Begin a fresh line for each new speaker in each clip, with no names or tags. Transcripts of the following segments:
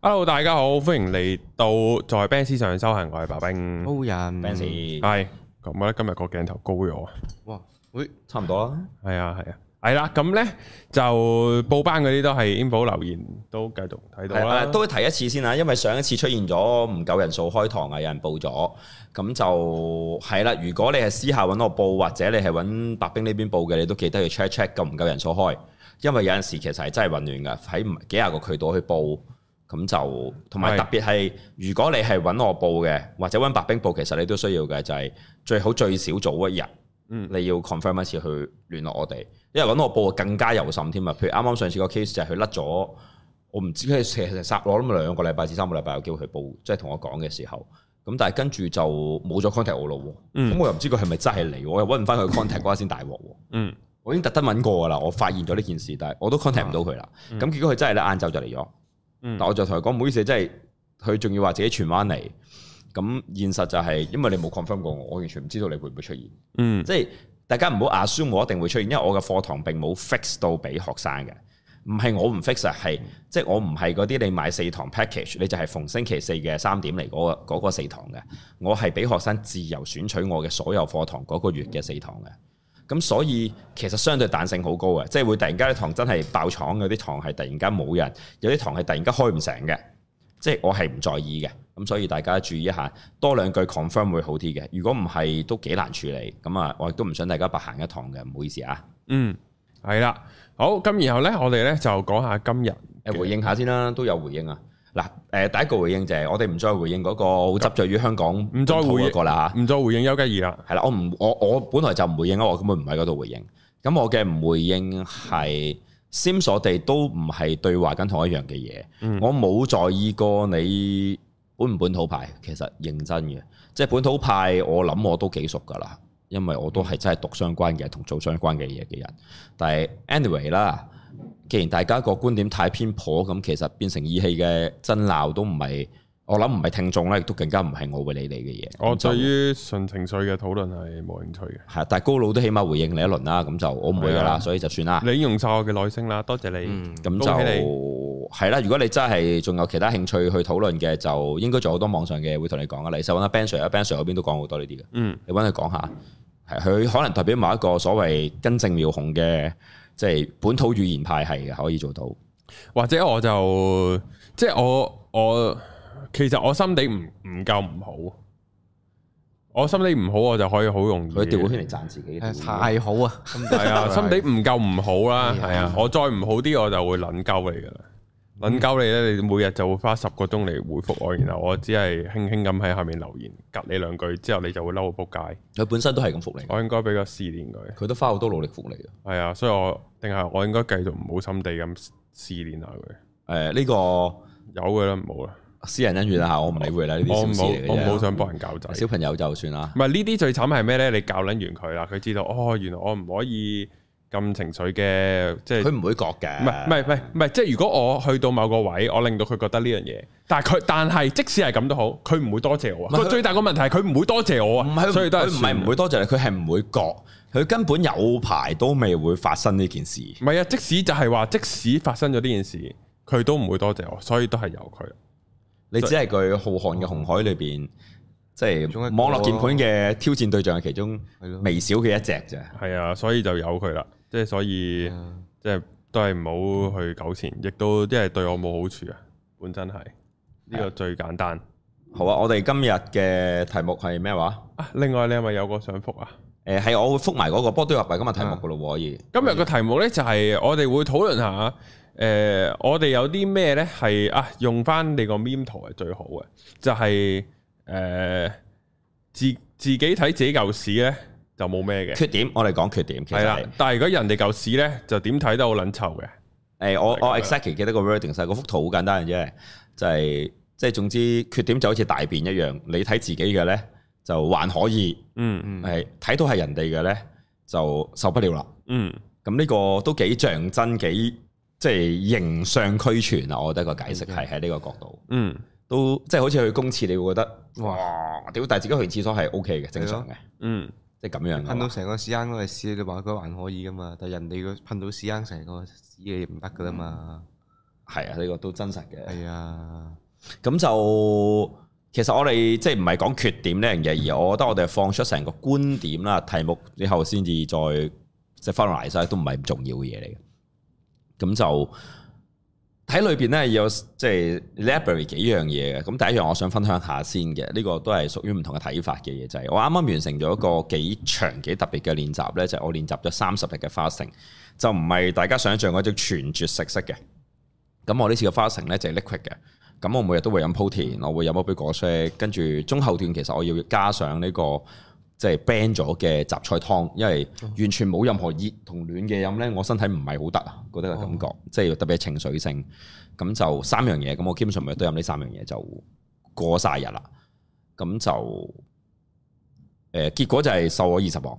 Hello，大家好，歡迎嚟到在 Benz 上修行，我係白冰，
高人，
Benz
係咁咧，今日個鏡頭高咗啊，
哇，會
差唔多啦，
係啊，係啊，係啦，咁咧就報班嗰啲都係 inbox 留言都繼續啊睇到
係啦，
啦，
都提一次先啦，啊因為上一次出現咗唔夠人數開堂啊，有人報咗，咁就係啦。如果你係私下揾我報，或者你係揾白冰呢邊報嘅，你都記得要 check check 夠唔夠人數開，因為有陣時其實係真係混亂噶，喺唔幾廿個渠道去報，咁就同埋
係
特別係如果你係揾我報嘅，或者揾白冰報，其實你都需要嘅，就係、最好最少早一日。
嗯
你要 confirm 一次去聯絡我哋，因為揾我報更加有心添啊！譬如啱啱上次個 case 就係佢甩咗，我唔知佢其實殺我諗兩個禮拜至三個禮拜有機會去報，即係同我講嘅時候，咁但係跟住就冇咗 contact 我咯喎，咁、
嗯
我又唔知佢係咪真係嚟喎，我又揾唔翻佢 contact 嗰下先大鑊喎。
嗯
我已經特登揾過㗎啦，我發現咗呢件事，但係我都 contact 唔到佢啦。咁、結果佢真係咧晏晝就嚟咗，
嗯
但我就同佢講唔好意思，真係佢仲要話自己荃灣嚟。咁現實就係、因為你冇 confirm 過我，我完全唔知道你會唔會出現。
嗯
即係大家唔好 assume 我一定會出現，因為我嘅課堂並冇 fix 到俾學生嘅，唔係我唔 fix 啊，係即係我唔係嗰啲你買四堂 package，你就係逢星期四嘅三點嚟嗰、個嗰個四堂嘅，我係俾學生自由選取我嘅所有課堂嗰個月嘅四堂嘅。咁所以其實相對彈性好高嘅，即係會突然間啲堂真係爆廠，有啲堂係突然間冇人，有啲堂係突然間開唔成嘅，即係我係唔在意嘅。咁所以大家注意一下，多兩句 confirm 會好啲嘅。如果唔係都幾難處理。咁啊，我亦都唔想大家白行一堂嘅，唔好意思啊。
嗯，係啦，好，咁然後咧，我哋咧就講下今日嘅
誒回應下先啦，都有回應啊。嗱，誒第一個回應就係我哋唔再回應嗰個好執着於香港
唔再回應
嗰個啦嚇。
唔再回應邱吉爾啦，
係啦，我唔我我本來就唔回應啊，我根本唔喺嗰度回應。咁我嘅唔回應係 Sims，我哋都唔係對話緊同一樣嘅嘢。
嗯
我冇在意過你本唔本土派，其實認真嘅，即係本土派，我諗我都幾熟㗎啦，因為
嗯
我都係真係讀相關嘅同做相關嘅嘢嘅人。但係 anyway 啦，既然大家個觀點太偏頗，咁其實變成意氣嘅爭鬧都唔係，我諗唔係聽眾咧，亦都更加唔係我會理你嘅嘢。
我
咁就
對於純情緒嘅討論係冇興趣嘅，
係，但係高佬都起碼回應你一輪啦，咁就我唔會噶
係啊
啦，所以就算啦。
你用晒我嘅耐性啦，多謝你
嗯，
咁
恭喜
就係啦。如果你真係仲有其他興趣去討論嘅，就應該仲有好多網上嘅會同你講噶啦。你就揾阿 Ben Sir 啊，Ben Sir 嗰邊都講好多呢啲嘅。
嗯
你揾佢講下，係佢可能代表某一個所謂根正苗紅嘅，即係本土語言派系嘅，可以做到。
或者我就即係我我其實我心地唔唔夠唔好，我心地唔好我就可以好容易
佢調個圈嚟讚自己。
誒太好啊，
係 啊，心地唔夠唔好啦，
係啊
係啊，我再唔好啲我就會撚鳩你噶啦，
嗯
撚鳩你咧，你每日就會花十個鐘嚟回覆我，然後我只係輕輕咁喺下面留言，吉你兩句之後你就會嬲我仆街，
佢本身都係咁服你，
我應該俾個試練佢，
佢都花好多努力服你嘅。
係啊，所以我定係我應該繼續唔好心地咁試練下佢，
誒呢
有
個
嘅啦，唔好啦，
私人恩怨啦嚇，我唔理會啦，呢啲
我
小
唔
事
好
嚟
我唔
嘅
好
啫。
想幫人搞仔。
小朋友就算啦
唔。係呢啲最慘係咩咧？你教撚完佢啦，佢知道哦，原來我唔可以咁情緒嘅，即係
佢唔會覺嘅，
唔係唔係唔係唔係，即係如果我去到某個位，我令到佢覺得呢樣嘢，但係佢但係即使係咁都好，佢唔會多謝我啊。
唔係
個
佢
最大個問題係佢唔會多謝我
唔
啊，
係，
所以都係
佢唔
算
係
啦
唔會多謝你，佢係唔會覺，佢根本有排都未會發生呢件事。
唔係啊。即使就係話，即使發生咗呢件事，佢都唔會多謝我，所以都係由佢。
你只係佢浩瀚嘅紅海裏邊，即
其中一
係
個
網絡鍵盤嘅挑戰對象係其中
係咯
微小嘅一隻啫。
係啊，所以就由佢啦。即係所以
嗯
啊
即係都係唔好去糾纏，亦都即係對我冇好處啊。本身係呢個最簡單。
好啊，我哋今日嘅題目係咩話？
啊，另外你係咪有個想覆啊？
誒係我會覆埋嗰個，不過都入埋今日題目噶咯，可以。
今日個題目呢，就係我哋會討論下，誒、我哋有啲咩呢？係啊，用翻你個 meme 圖係最好嘅，就係、誒、自自己睇自己舊屎呢，就冇咩嘅，
缺點，我哋講缺點。其實
係啦
係。
但係如果人哋舊屎呢，就點睇都好撚臭嘅，
誒，我我
係咁樣
exactly 記得個 wording 曬，嗰幅圖好簡單嘅啫，就係即係總之缺點就好似大便一樣，你睇自己嘅咧就還可以。
嗯
嗯
係睇到係人哋嘅咧，就受不了啦。
嗯
咁呢個都幾象真，幾即係形象俱全啊！我覺得個解釋係喺呢個角度，
嗯，
都即係好似去公廁，你會覺得
哇
哇屌！但係自己去廁所係 O K 嘅，正常嘅，
嗯，
即係咁樣
噴
嘅
到
話。
成個屎坑嗰係屎，你話佢還可以噶嘛？但係人哋個噴到屎坑成個屎你唔得噶啦嘛。
係啊，呢個都真實嘅。
係啊，
咁就其實我哋即係唔係講缺點呢樣嘢，而我覺得我哋放出成個觀點啦，題目之後先至再即係 finalize 啦都唔係咁重要嘅嘢嚟嘅。咁就喺裏邊呢，有即係 library 幾樣嘢嘅。咁第一樣我想分享下先嘅，呢、個都係屬於唔同嘅睇法嘅嘢，就係、我啱啱完成咗一個幾長幾特別嘅練習呢，就係我練習咗三十日嘅 fasting，就唔係大家想象嗰種全絕食式嘅。咁我呢次嘅 fasting 咧就係 liquid 嘅，咁我每日都會飲鋪田，我會飲一杯果啡，跟住中後段其實我要加上呢、個即係 ban 咗嘅雜菜湯，因為完全冇任何熱同暖嘅飲咧，我身體唔係好得啊，覺得個感覺，即係特別係情緒性，咁就三樣嘢，咁我基本上每日都飲呢三樣嘢就過晒日啦，咁就誒、呃、結果就係瘦咗二十磅。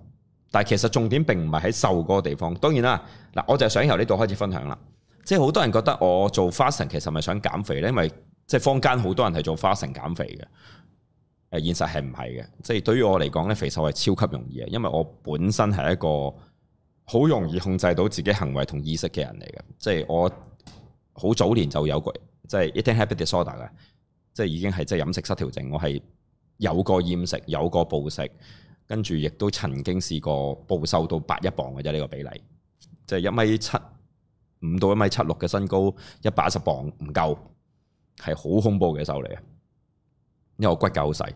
但係其實重點並唔係喺瘦嗰個地方，當然啦，嗱，我就係想由呢度開始分享啦。即係好多人覺得我做 fasting 其實咪想減肥咧，因為即係坊間好多人係做 fasting 減肥嘅。誒現實係唔係嘅？即係對於我嚟講咧，肥瘦係超級容易嘅，因為我本身係一個好容易控制到自己行為同意識嘅人嚟嘅。即係我好早年就有個即係 eating habit disorder 嘅，即係已經係即係飲食失調症。我係有過厭食，有過暴食，跟住亦都曾經試過暴瘦到八一磅嘅啫，呢、個比例即係一米七。五到一米七六嘅身高，一百一十磅唔夠，係好恐怖嘅瘦嚟嘅，因為我骨架好細，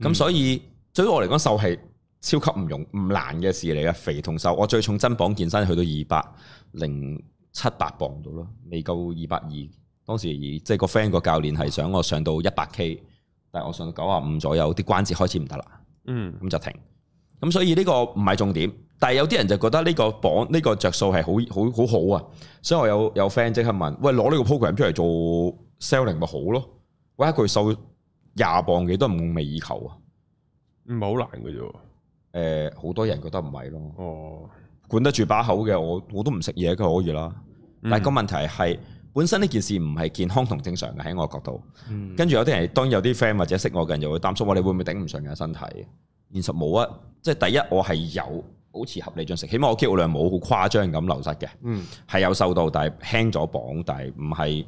咁、所以對於我嚟講，瘦係超級唔容唔難嘅事嚟嘅，肥同瘦，我最重增磅健身去到二百零七八磅度咯，未夠二百二，當時即係個 friend 個教練係想我上到一百 K，但係我上到九啊五左右，啲關節開始唔得啦。
嗯，
咁就停。咁所以呢個唔係重點，但係有啲人就覺得呢個榜呢、個着數係好好好好啊，所以我有有 friend 即刻問：喂，攞呢個 program 出嚟做 selling 咪好咯？喂，一句瘦廿磅幾都係夢寐以求啊！
唔係好難嘅啫喎。
誒、好多人覺得唔係咯，
哦，
管得住把口嘅我我都唔食嘢嘅可以啦。
嗯
但係個問題係本身呢件事唔係健康同正常嘅喺我角度。
嗯，
跟住有啲人，當然有啲 friend 或者識我嘅人就會擔心，我哋會唔會頂唔順嘅啊身體？現實冇啊，即係第一我係有保持合理進食，起碼我肌肉量冇好誇張咁流失嘅，
嗯，
係有瘦到，但係輕咗磅，但係唔係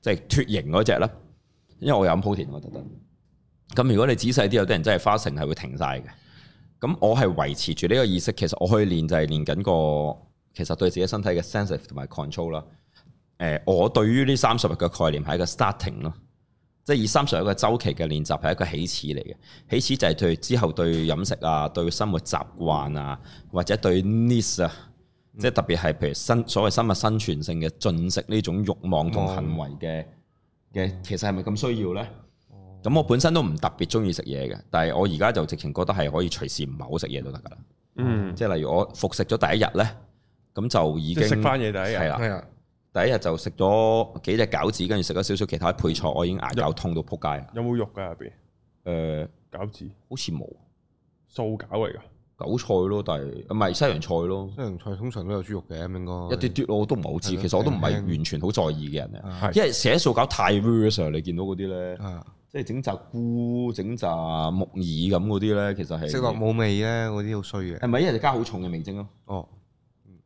即係脱型嗰只啦。因為我有飲 protein，我特登。咁如果你仔細啲，有啲人真係花成係會停晒嘅。咁我係維持住呢個意識，其實我可以練就係練緊個其實對自己身體嘅 sensitive 同埋 control 啦。誒、我對於呢三十日嘅概念係一個 starting 咯，即係以三十日嘅周期嘅練習係一個起始嚟嘅。起始就係對之後對飲食啊、對生活習慣啊，或者對 needs 啊，即係特別係譬如生所謂生物生存性嘅進食呢種慾望同行為嘅嘅，其實係咪咁需要呢？咁我本身都唔特別中意食嘢嘅，但係我而家就直情覺得係可以隨時唔係好食嘢都得㗎啦。
嗯，
即係例如我服食咗第一日呢，咁就已
即
經
係食翻嘢第一日
係啦。
係啊，
第一日就食咗幾隻餃子，跟住食咗少少其他配菜，我已經牙骹痛到撲街啦。
有冇肉㗎入邊？
誒、
餃子
好似冇
素餃嚟㗎，
韭菜咯，但係唔係西洋菜咯，
西洋菜通常都有豬肉嘅，咁應
一
該
啲啲咯我都唔係好知。
係咯
其實我都唔係
輕輕
完全好在意嘅人嚟，
啊
係
因為寫素餃太 vers 啊！你見到嗰啲咧，
啊，
即係整扎菇、整扎木耳咁嗰啲咧，其實係嗯
食落冇味咧，嗰啲好衰嘅。
係咪一日加好重嘅味精咯？
哦，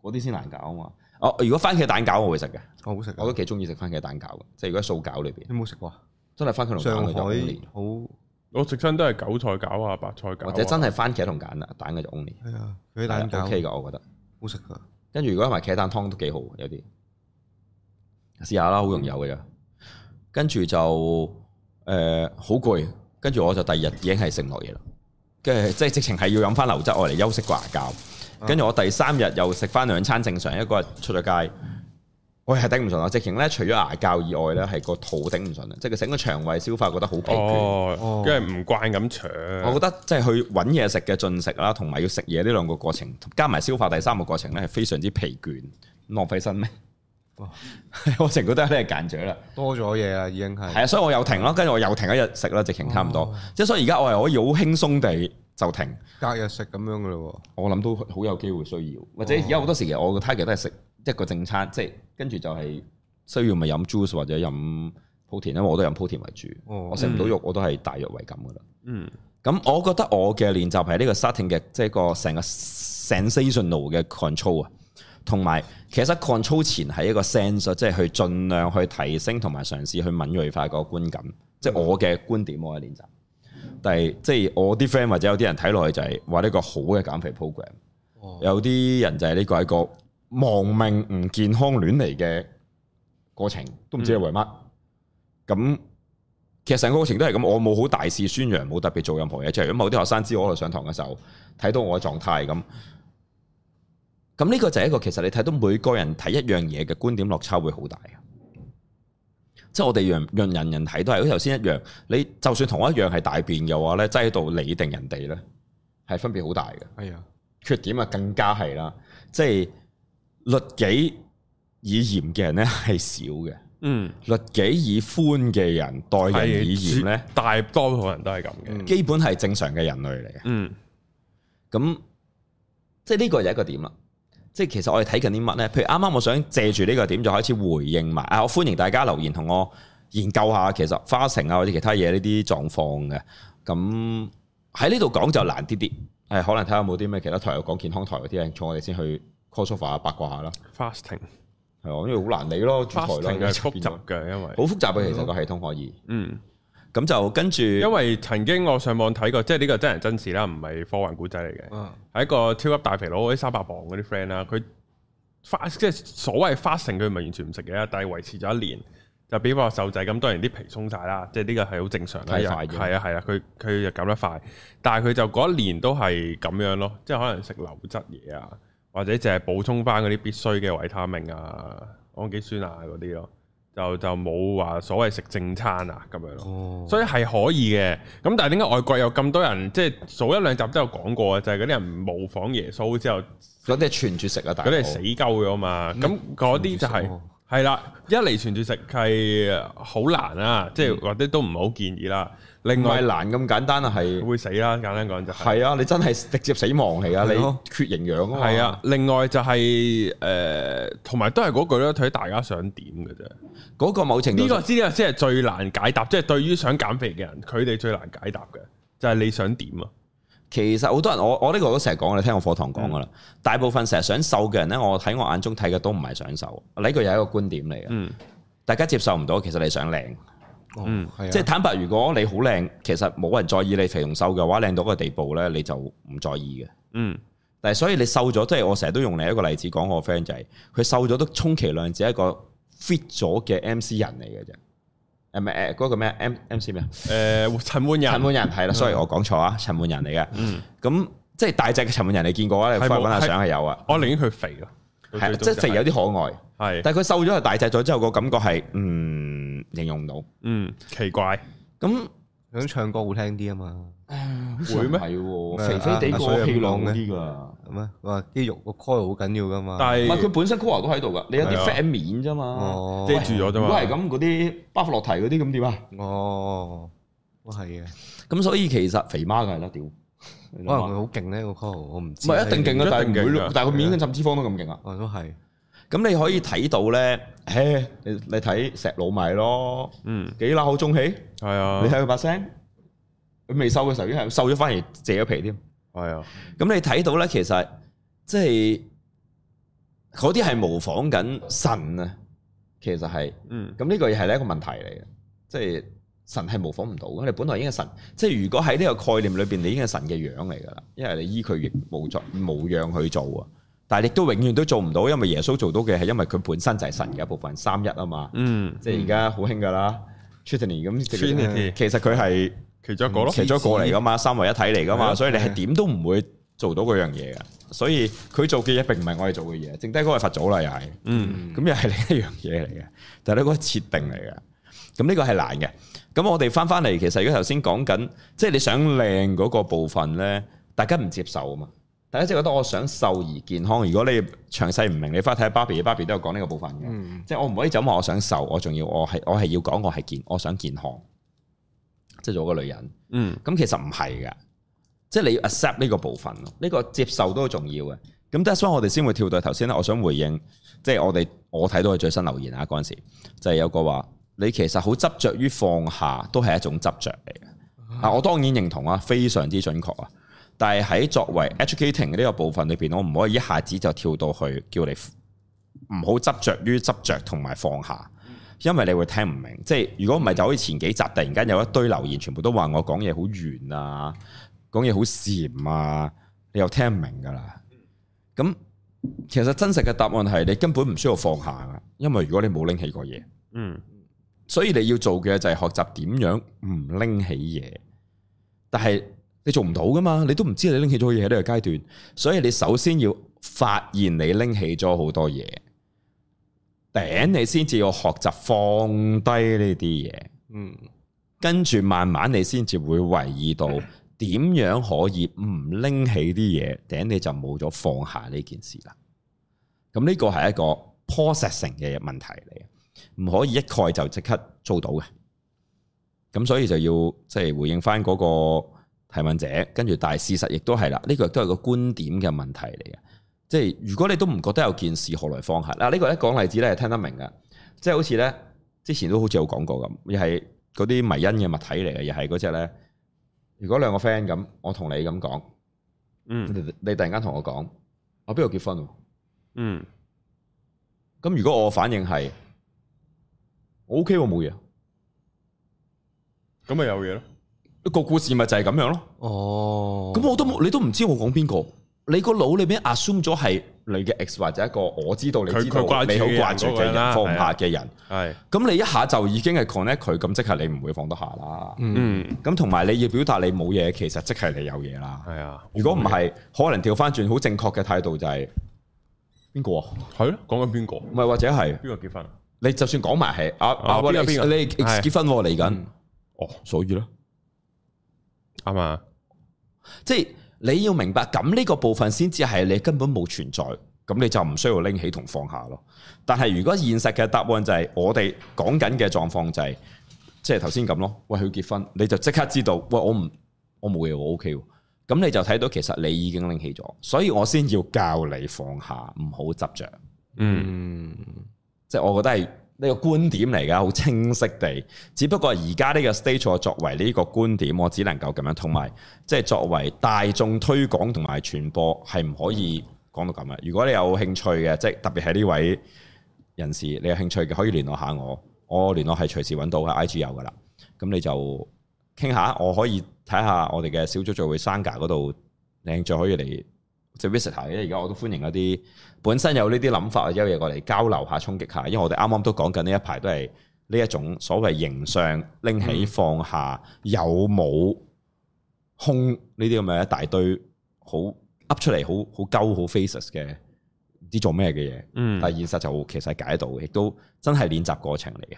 嗰啲先難搞啊嘛。哦，如果番茄蛋餃我會食嘅，
我好食啊
我都！幾中意食番茄蛋餃嘅，即係如果喺素餃裏邊
你冇食過啊？
真係番茄同
上
蛋
海
嘅就 only，
好
我食親都係韭菜餃啊、白菜餃啊，
或者真係番茄同蛋啊蛋嘅就 only。
係啊，佢啲蛋
係 OK
餃
噶，我覺得。
好食噶。
跟住如果係埋茄蛋湯都幾好，有啲試下啦，好容易有嘅咋。跟住就誒好攰，跟住我就第二日已經係食唔落嘢啦。跟住即係直情係要飲翻流質，我嚟休息個牙膠。
啊
跟住我第三日又食翻兩餐正常，一個日出咗街，我係頂唔順啦。直情咧，除咗牙膠以外咧，係個肚頂唔順啊啦，即係成個腸胃消化覺得好疲倦。
哦
哦，
跟住唔慣咁搶
我覺，得即係去揾嘢食嘅進食啦，同埋要食嘢呢兩個過程，加埋消化第三個過程咧，係非常之疲倦，浪費生命
哇。
我成個都係間咗啦，
多咗嘢啦，已經係
係哦啊，所以我又停咯，跟住我又停一日食啦，直情差唔多。即係所以而家我係可以好輕鬆地就停，
隔日食咁樣噶咯
我諗都好有機會需要，或者而家好多時我個 target 都係食一個正餐，即係跟住就係需要咪飲 juice 或者飲鋪田，因為我都飲鋪田為主，
喎。哦
我食唔到肉我都係大約為咁噶啦。
嗯，
咁我覺得我嘅練習係呢個 setting 嘅，即係個成個 sensational 嘅 control 啊，同埋其實 control 前係一個 sense，即係去盡量去提升同埋嘗試去敏鋭化個觀感，即係我嘅觀點我嘅練習。但係即係我啲 friend 或者有啲人睇落去就係話呢個好嘅減肥 program，、有
哦
啲人就係呢個係一個亡命唔健康亂嚟嘅過程，都唔知係為乜。咁、其實成個過程都係咁，我冇好大肆宣揚，冇特別做任何嘢出嚟。咁某啲學生知我喺度上堂嘅時候，睇到我嘅狀態咁。咁呢個就係一個其實你睇到每個人睇一樣嘢嘅觀點落差會好大嘅即係我哋讓讓人人睇都係好似頭先一樣，你就算同我一樣係大便嘅話咧，擠喺度你定人哋咧，係分別好大嘅。
哎呀，
缺點啊更加係啦，即係律己以嚴嘅人咧係少嘅，
嗯，
律己以寬嘅人待人以嚴咧，
大多數人都係咁嘅。
嗯
基本係正常嘅人類嚟嘅。
嗯，
咁即係呢個就係一個點啦。即係其實我哋睇緊啲乜呢？譬如啱啱我想借住呢個點就開始回應埋啊！我歡迎大家留言同我研究下，其實花城啊或者其他嘢呢啲狀況嘅。咁喺呢度講就難啲啲，係可能睇下有冇啲咩其他台有講健康台嗰啲人，坐我哋先去 crossover 下八卦下啦。
fasting
係啊，因為好難理咯，主台咯，
fasting 係複
變咗
雜嘅，因為
好複雜嘅其實個系統可以。
嗯，
咁就跟住，
因為曾經我上網睇過，即係呢個真人真事啦，唔係科幻古仔嚟嘅，
啊，
係一個超級大肥佬嗰啲三百磅嗰啲 friend 啦，佢 fast 即係所謂 fasting，佢唔係完全唔食嘅，但係維持咗一年就比較瘦仔咁，當然啲皮鬆晒啦，即係呢個係好正常啦，
睇快咗
係啊係啊，佢佢就減得快，但係佢就嗰一年都係咁樣咯，即係可能食流質嘢啊，或者淨係補充翻嗰啲必須嘅維他命啊、氨基酸啊嗰啲咯，就就冇話所謂食正餐啊咁樣咯。
哦，
所以係可以嘅。咁但係點解外國有咁多人，即係早一兩集都有講過嘅，啊就係嗰啲人模仿耶穌之後，嗰
嗰啲係全住食啊，大嗯佬
啲係死鳩咗嘛。咁嗰啲就係係啦，一嚟傳住食係好難啦，即係或者都唔係好建議啦。
嗯唔
另外
係難咁簡單啊，係。
會死啦，簡單講就係。
係啊，你真係直接死亡嚟噶，
係咯
你缺營養啊嘛。
係啊，，另外就係、誒，同、埋都係嗰句啦，睇大家想點嘅啫。呢
嗰個某程度
個資料先係最難解答，即係對於想減肥嘅人，佢哋最難解答嘅就係你想點啊。
其實好多人，我我呢個我都成日講，你聽我課堂講噶
嗯
啦。大部分成日想瘦嘅人咧，我睇我眼中睇嘅都唔係想瘦，呢個又係一個觀點嚟嘅。
嗯
大家接受唔到，其實你想靚，
嗯，係啊，即
即係坦白，如果你好靚，其實冇人在意你肥同瘦嘅話，靚到一個地步咧，你就唔在意嘅。
嗯
但係所以你瘦咗，即係我成日都用另一個例子講我 friend 就係，佢瘦咗都充其量只係一個 fit 咗嘅 MC 人嚟嘅啫。誒咪誒嗰個咩 M MC 咩啊？
誒、呃陳換人
陳。滿人係啦，sorry 我講錯啊，陳滿人嚟嘅。
嗯
咁即係大隻嘅陳滿人你見過啊？你
係冇
翻揾下
係
相係有啊，
我哦寧願佢肥咯，
係啊即係肥嗯有啲可愛，
係，
但係佢瘦咗係大隻咗之後個感覺係嗯形容唔到。
嗯，奇怪，
啊咁
係想唱歌好聽啲啊嘛，
會咩
係喎，
咩
肥肥地
啊
個
啊所以咁
氣浪
講
啲㗎。
係咩？話肌肉個 core 好緊要噶嘛，
但
唔係佢
係
本身 core 都喺度㗎，你有啲
係啊
fat 喺面啫嘛。
哦，
遮住咗啫
如果係
嘛，
咁，嗰啲巴甫洛提嗰啲咁點啊？
哦，都係嘅，
咁所以其實肥媽梗係啦，屌，
可
可
能佢好勁咧個 core，我唔
唔
知，
係一定勁啊，
一定勁㗎係
但係唔會咯
啊，
但係佢面跟浸脂肪都咁勁啊。
哦，都係，
咁你可以睇到咧，誒，你你睇石老咪咯，
嗯，
幾乸好中氣，
係啊
你睇，佢把聲，佢未瘦嘅時候已經係瘦咗，反而謝咗皮添。
係啊，
咁你睇到咧，其實即係嗰啲係模仿緊神啊，其實係。
嗯，
咁呢個又係一個問題嚟嘅，即係神係模仿唔到嘅。你本來已經係神，即係如果喺呢個概念裏邊，你已經係神嘅樣嚟㗎啦，因為你依佢亦冇作冇樣去做啊。但係亦都永遠都做唔到，因為耶穌做到嘅係因為佢本身就係神嘅一部分，三一啊嘛。
嗯
即係而家好興㗎啦 t r i t o n y 咁，
，Trinity
其實佢係
其中一個咯，
其中一個嚟㗎嘛，三位一體嚟㗎
係
嘛，
啊
所以你
係
係
啊
點都唔會做到嗰樣嘢㗎。所以佢做嘅嘢並唔係我哋做嘅嘢，剩低嗰個係佛祖啦，又係。
嗯，
咁又係另一樣嘢嚟嘅，但係呢個係設定嚟嘅，咁呢個係難嘅。咁我哋翻翻嚟，其實如果頭先講緊，即係你想靚嗰個部分呢，大家唔接受啊嘛。大家即係覺得我想瘦而健康。如果你詳細唔明，你翻去睇下芭比，芭比都有講呢個部分嘅。
嗯
即係我唔可以就咁話我想瘦，我仲要我係我係要講我係健，我想健康，即係做個女人。
嗯，
咁其實唔係嘅，即係你要 accept 呢個部分咯，呢、個接受都好重要嘅。咁 that's why 我哋先會跳到頭先咧，我想回應，即係我哋我睇到嘅最新留言啊嗰陣時，就係、有個話你其實好執着於放下，都係一種執着嚟嘅。啊，我當然認同啊，非常之準確啊。但係喺作為 educating 呢個部分裏邊，我唔可以一下子就跳到去叫你唔好執着於執着同埋放下，因為你會聽唔明。即係如果唔係，就好似前幾集突然間有一堆留言，全部都話我講嘢好圓啊，講嘢好禪啊，你又聽唔明㗎啦。咁其實真實嘅答案係你根本唔需要放下㗎，因為如果你冇拎起過嘢。
嗯，
所以你要做嘅就係學習點樣唔拎起嘢，但係你做唔到噶嘛，你都唔知你拎起咗嘢喺呢個階段，所以你首先要發現你拎起咗好多嘢，頂你先至要學習放低呢啲嘢，
嗯，
跟住慢慢你先至會留意到點樣可以唔拎起啲嘢，頂你就冇咗放下呢件事啦。咁呢個係一個 processing 嘅問題嚟嘅。唔可以一概就即刻做到嘅。咁所以就要即係回應翻嗰個提問者，跟住但係事實亦都係啦，呢個亦都係個觀點嘅問題嚟嘅。即係如果你都唔覺得有件事何來放下嗱，呢個一講例子咧係聽得明嘅，即係好似咧之前都好似有講過咁，又係嗰啲迷因嘅物體嚟嘅，又係嗰只咧。如果兩個 friend 咁，我同你咁講，
嗯，
你你突然間同我講，我邊度結婚喎？
嗯，
咁如果我反應係我 OK 喎，冇嘢。
咁咪有嘢咯。
個故事咪就係咁樣咯。
哦，
咁、我都冇，你都唔知我講邊個。你個腦裏邊 assume 咗係你嘅 x 或者一個我知道你
佢
知道你好
佢掛住嘅人
掛住嘅
嗰個人
人
啦
放唔下嘅人，
係，啊
咁你一下就已經係 connect 佢，咁即係你唔會放得下啦。
嗯，
嗯，
咁同埋你要表達你冇嘢，其實即係你有嘢啦。
係啊。
如果唔係，可能調翻轉好正確嘅態度就係邊個啊？
係咯，講緊邊個？
唔係或者係
邊個結婚啊？
你就算講埋係啊
啊
啊，
邊
喂
個
你
邊個
你 ex
係
結婚喎嚟緊，
哦，
所以咧。
啱啊。
即係你要明白，咁呢個部分先至係你根本冇存在，咁你就唔需要拎起同放下咯。但係如果現實嘅答案就係我哋講緊嘅狀況就係、即係頭先咁咯。喂，佢結婚，你就即刻知道，喂，我唔我冇嘢，我 OK 喎。咁你就睇到其實你已經拎起咗，所以我先要教你放下，唔好執着。
嗯，
嗯，
即係我覺得係呢個觀點嚟㗎，好清晰地。只不過而家呢個 stage 我作為呢個觀點，我只能夠咁樣，同埋即係作為大眾推廣同埋傳播係唔可以講到咁嘅。如果你有興趣嘅，即係特別係呢位人士，你有興趣嘅可以聯絡下我，我聯絡係隨時揾到嘅，IG 有㗎啦。咁你就傾下，我可以睇下我哋嘅小組聚會 Sangha 嗰度，你有興趣可以嚟即係 visit 下嘅。而家我都歡迎一啲本身有呢啲諗法或者有嘢過嚟交流下、衝擊下，因為我哋啱啱都講緊呢一排都係呢一種所謂形象拎起放下，有冇空呢啲咁嘅一大堆好噏出嚟好好鳩好 faces 嘅唔知做咩嘅嘢，
嗯，
但係現實就其實解到嘅，亦都真係練習過程嚟嘅。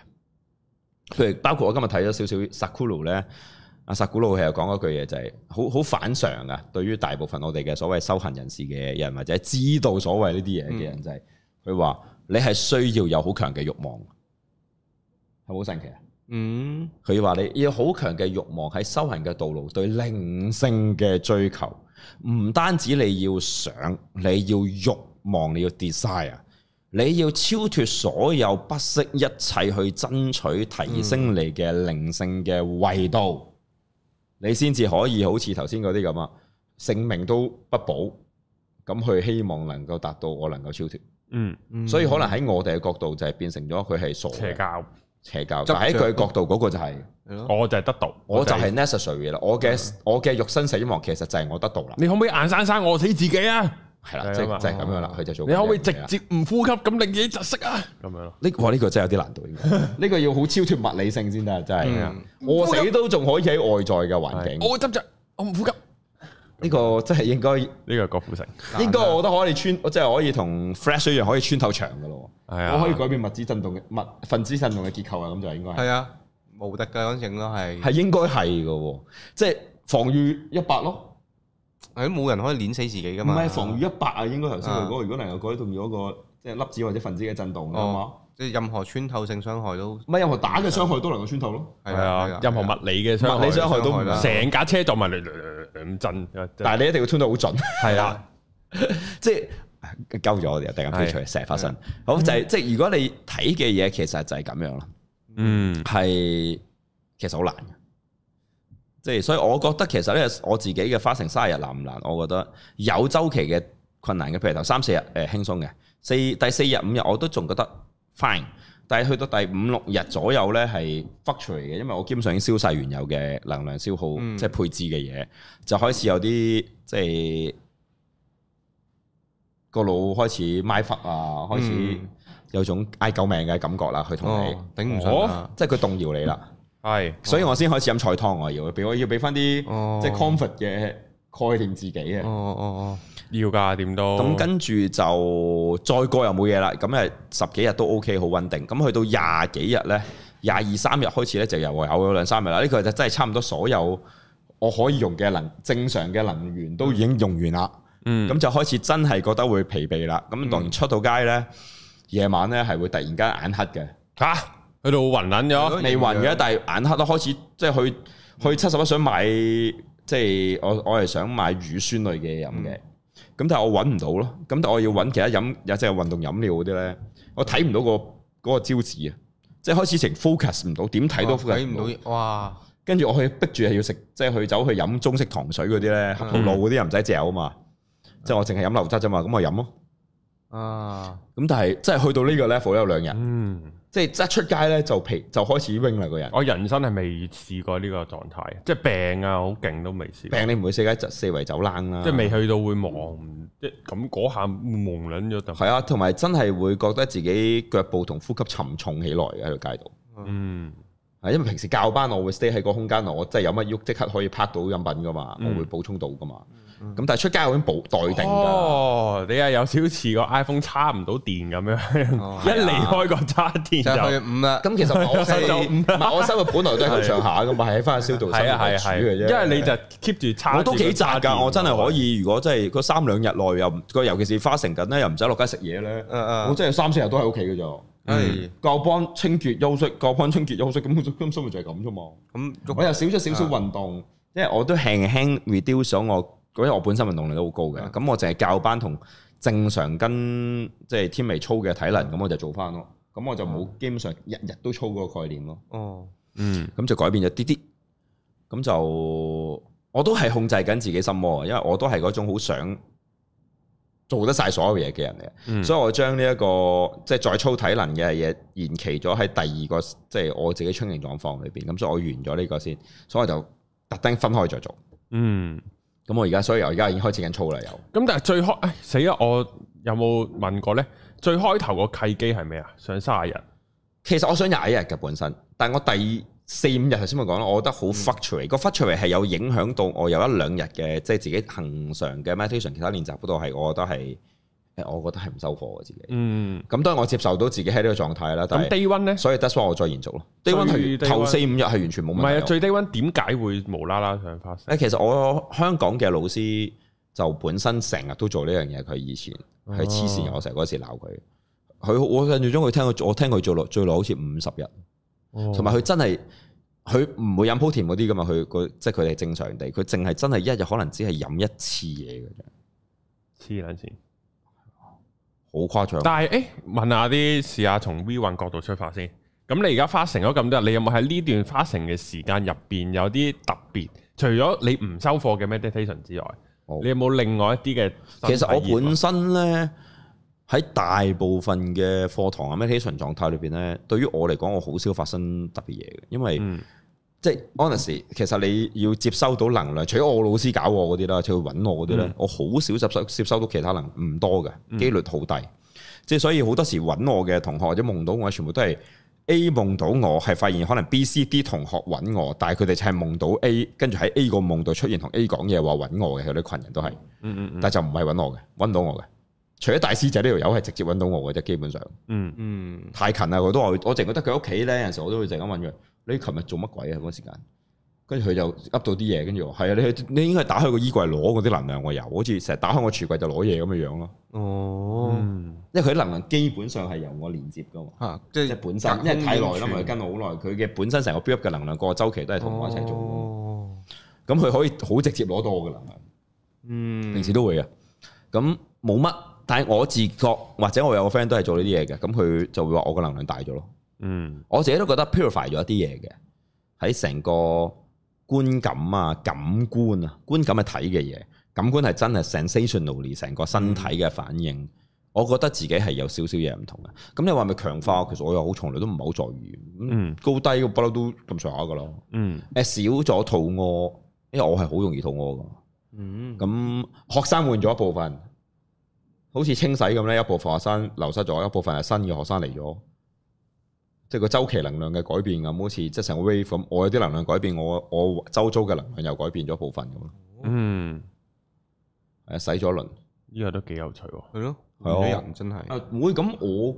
譬如包括我今日睇咗少少 Sakulu 咧，阿 Sakulu 係有講嗰句嘢就係好好反常啊！對於大部分我哋嘅所謂修行人士嘅人，或者知道所謂呢啲嘢嘅人，就係佢話你係需要有好強嘅慾望，係咪好神奇啊！
嗯，
佢話你要好強嘅欲望喺修行嘅道路對靈性嘅追求，唔單止你要想，你要欲望，你要 desire，你要超脱所有不惜一切去爭取提
嗯
升你嘅靈性嘅維度，你先至可以好似頭先嗰啲咁啊，性命都不保，咁去希望能夠達到我能夠超脱，
嗯，
嗯
所以可能喺我哋嘅角度就係變成咗佢係傻嘅
邪教，
邪教，
執
但喺
著
佢嘅角度嗰個就係、
係咯，
我就係得到，
我就係嗯 necessary 啦，我嘅我嘅肉身死亡其實就係我得到啦，
你可唔可以硬生生餓死自己啊？
係啦，
係
即
啊嘛
係就係咁樣啦，佢就做。
你可唔可以直？
dạ.
接唔呼吸咁令自己窒息啊？咁樣咯，
呢哇呢個真係有啲難度，應該 呢個要好超脱物理性先得，真係
嗯。
餓死都仲可以喺外在嘅環境，
我會執着，我唔呼吸。
呢個真係應該
呢個係郭富城，
應該，我覺得可以穿，我真係可以同 Flash 一樣可以穿透牆噶咯。
係啊
我可以改變物質振動嘅物分子振動嘅結構啊，咁就應該係
係啊，無敵嘅嗰陣咯，係
係應該係嘅喎，即係防禦一百咯。
係都冇人可以碾死自己噶
唔
嘛，
係防禦一百啊，應該頭先佢嗰個，如果能夠改動咗個即係粒子或者分子嘅震動啊嘛，
哦，即係任何穿透性傷害都
唔係任何打嘅傷害都能夠穿透咯。
à?
係啊，任何物理嘅傷
物
害
理傷害都唔
傷害啦
成架車撞埋嚟嚟震，
但係你一定要穿到好準，
係啊，
即係啊鳩咗我哋突然間飛出嚟，成日發生。好就係即係如果你睇嘅
Ừ.
嘢其實就係咁樣咯，
嗯，
係其實好難嘅。即係所以我覺得其實咧，我自己嘅花成三十日難唔難？我覺得有周期嘅困難嘅，譬如頭三四日誒、呃、輕鬆嘅，四第四日五日我都仲覺得 fine，但係去到第五六日左右咧係 fluctuate 嘅，因為我基本上已經燒晒原有嘅能量消耗，
嗯
即係配置嘅嘢，就開始有啲即係個腦開始 my fuck 啊，開始
嗯
有種嗌救命嘅感覺啦，佢同你，
哦，頂唔順啊！
即係佢動搖你啦。
係
所以我先開始飲菜湯，我要俾我要俾翻啲
哦，
即係 comfort 嘅概念自己嘅。
哦哦
要㗎，點都
咁跟住就再過又冇嘢啦，咁誒十幾日都 OK 好穩定。咁去到廿幾日呢，廿二三日開始呢，就又有咗兩三日啦。呢個就真係差唔多所有我可以用嘅能正常嘅能源都已經用完啦。
嗯
咁、就開始真係覺得會疲憊啦。咁
嗯
當然出到街呢，夜晚呢係會突然間眼黑嘅。
吓去到暈撚
係咯
咗，
未暈嘅，但係眼黑都開始，即係去去七十一想買，即係我我係想買乳酸類嘅飲嘅，咁、但係我揾唔到咯，咁但係我要揾其他飲，有即係運動飲料嗰啲咧，我睇唔到、個嗰、個招字啊，即係開始成 focus 唔到，點哦睇
睇
都
睇
focus 唔到，
唔到，哇！
跟住我去逼住係要食，即係去走去飲中式糖水嗰啲咧，合桃露嗰啲又唔使嚼啊嘛，即係我淨係飲流質啫嘛，咁我飲咯，
啊，
咁但係即係去到呢個 level 都有兩日，
嗯，
即係一出街咧就皮就開始 wing 啦個人。
我人生係未試過呢個狀態，即係病啊，好勁都未試過，
病你唔會四街就四圍走冷啦，
即係未去到會忘，即係咁嗰下蒙撚咗就，
係啊，同埋真係會覺得自己腳步同呼吸沉重起來嘅喺條街度。
嗯
係因為平時教班我會 stay 喺個空間度，我真係有乜喐即刻可以拍到飲品噶嘛，
嗯
我會補充到噶嘛。咁但係出街我已經補待定㗎。
哦，你係有少少似個 iPhone 插唔到電咁樣，
啊
哦
一離開個叉電
就去
就
五啦。
咁其實我生 活唔係我生活本來都係咁上下噶嘛，係喺翻消毒室
係啊係啊
度煮
係，
嘅啫。
因為你就 keep 住叉，
我都幾宅㗎，我真係可
以。
以。如果真係嗰三兩日內又唔個，尤其是花城緊咧，又唔使落街食嘢咧，
誒誒，
我真係三四日都喺屋企嘅咋。
係
教幫清潔休息，教幫清潔休息，咁咁所以咪就係咁啫嘛。
咁
我又少咗少少運動，因為我都輕輕 reduce 咗我，因為我本身運動量都好高嘅，
嗯
咁我淨係教班同正常跟即係天微操嘅體能，咁我就做翻咯。咁我就冇基本上日日都操嗰個概念咯，
哦，
嗯，
咁就改變咗啲啲，咁就我都係控制緊自己心魔，因為我都係嗰種好想做得晒所有嘢嘅人嚟嘅。
嗯
所以我將呢一個即係再操體能嘅嘢延期咗喺第二個即係我自己春型狀況裏邊，咁所以我完咗呢個先，所以我就特登分開再做。
嗯，
咁我而家所以我而家已經開始緊操啦，又
咁但係最開，唉死啊！我有冇問過咧？最開頭個契機係咩啊？上卅日，
其實我想廿一日嘅本身，但我第四五日頭先咪講啦，我覺得
嗯
好 fluctuate，個 fluctuate 係有影響到我有一兩日嘅即係自己恒常嘅 meditation 其他練習嗰度係，我覺得係誒，我覺得係唔收貨嘅自己。
嗯，
咁當然我接受到自己喺呢個狀態啦，但
咁
係
day one 咧，
所以 that's why 我再延續咯。低
最
温係
day
頭
one
四五日係完全冇
唔
問題
係
啊
啊，。最 day one 點解會無啦啦上花式？
誒，其實我香港嘅老師就本身成日都做呢樣嘢，佢以前係黐
哦
線嘅，我成日嗰時鬧佢。佢我印象中佢聽佢我聽佢做落最耐好似五十日，同
同
埋佢真係佢唔會飲鋪甜嗰啲噶嘛，佢佢即係佢哋正常地，佢淨係真係一日可能只係飲一次嘢嘅
黐撚線。
啫，好誇張。啊
但係誒，問下啲試下從 V 運角度出發先。咁你而家花成咗咁多日，你有冇喺呢段花成嘅時間入邊有啲特別？除咗你唔收貨嘅 meditation 之外，
冇
你有冇另外一啲嘅身體
其
驗
實
啊？
我本身咧喺大部分嘅課堂啊 meditation 狀態裏邊咧，對於我嚟講，我好少發生特別嘢嘅，因為、
嗯
即係 honestly，其實你要接收到能量，除咗我老師搞我嗰啲啦，佢揾我嗰
嗯
啲咧，我好少接收接收到其他能唔多嘅，機率好低。即係所以好多時揾我嘅同學或者夢到我，全部都係 A 夢到我，係發現可能 B、C、D 同學揾我，但係佢哋就係夢到 A，跟住喺 A 個夢度出現同 A 講嘢話揾我嘅，佢啲群人都係。
嗯嗯嗯
但就唔係揾我嘅，揾唔到我嘅。除咗大師仔呢條友係直接揾到我嘅啫，基本上
嗯
嗯，
太近啦，佢都話我淨覺得佢屋企咧，有陣時我都會成日問佢：你琴日做乜鬼啊？嗰時間，跟住佢就噏到啲嘢，跟住話係啊，你去你應該係打開個衣櫃攞嗰啲能量，我有，好似成日打開我櫥櫃就攞嘢咁嘅樣咯。
哦，
嗯
因為佢啲能量基本上係由我連接噶嘛，
嚇，即
即係本身，因為太耐啦嘛，佢跟我好耐，佢嘅本身成個 build up 嘅能量個周期都係同我一齊做㗎嘛，
哦，
咁佢可以好直接攞到我嘅能量。平
嗯，
時都會嘅。咁冇乜，但係我自覺或者我有個 friend 都係做呢啲嘢嘅，咁佢就會話我個能量大咗咯。
嗯
我自己都覺得 purify 咗一啲嘢嘅，喺成個觀感啊、感官啊，觀感係睇嘅嘢，感官係真係 sensationally 成個身體嘅反應。我覺得自己係有少少嘢唔同嘅。咁你話咪強化？其實我又好從來都唔係好在意。
嗯
嗯，高低不嬲都咁上下噶咯。
嗯
誒少咗肚餓，因為我係好容易肚餓噶。
嗯，
咁學生換咗一部分，好似清洗咁咧，一部分學生流失咗，一部分係新嘅學生嚟咗，即係個周期能量嘅改變咁，好似即係成個 wave 咁，我有啲能量改變，我我周遭嘅能量又改變咗部分咁咯，
嗯，
誒洗咗一輪，
呢個都幾有趣喎。
係咯，
係啊
啲人真係
啊唔會咁我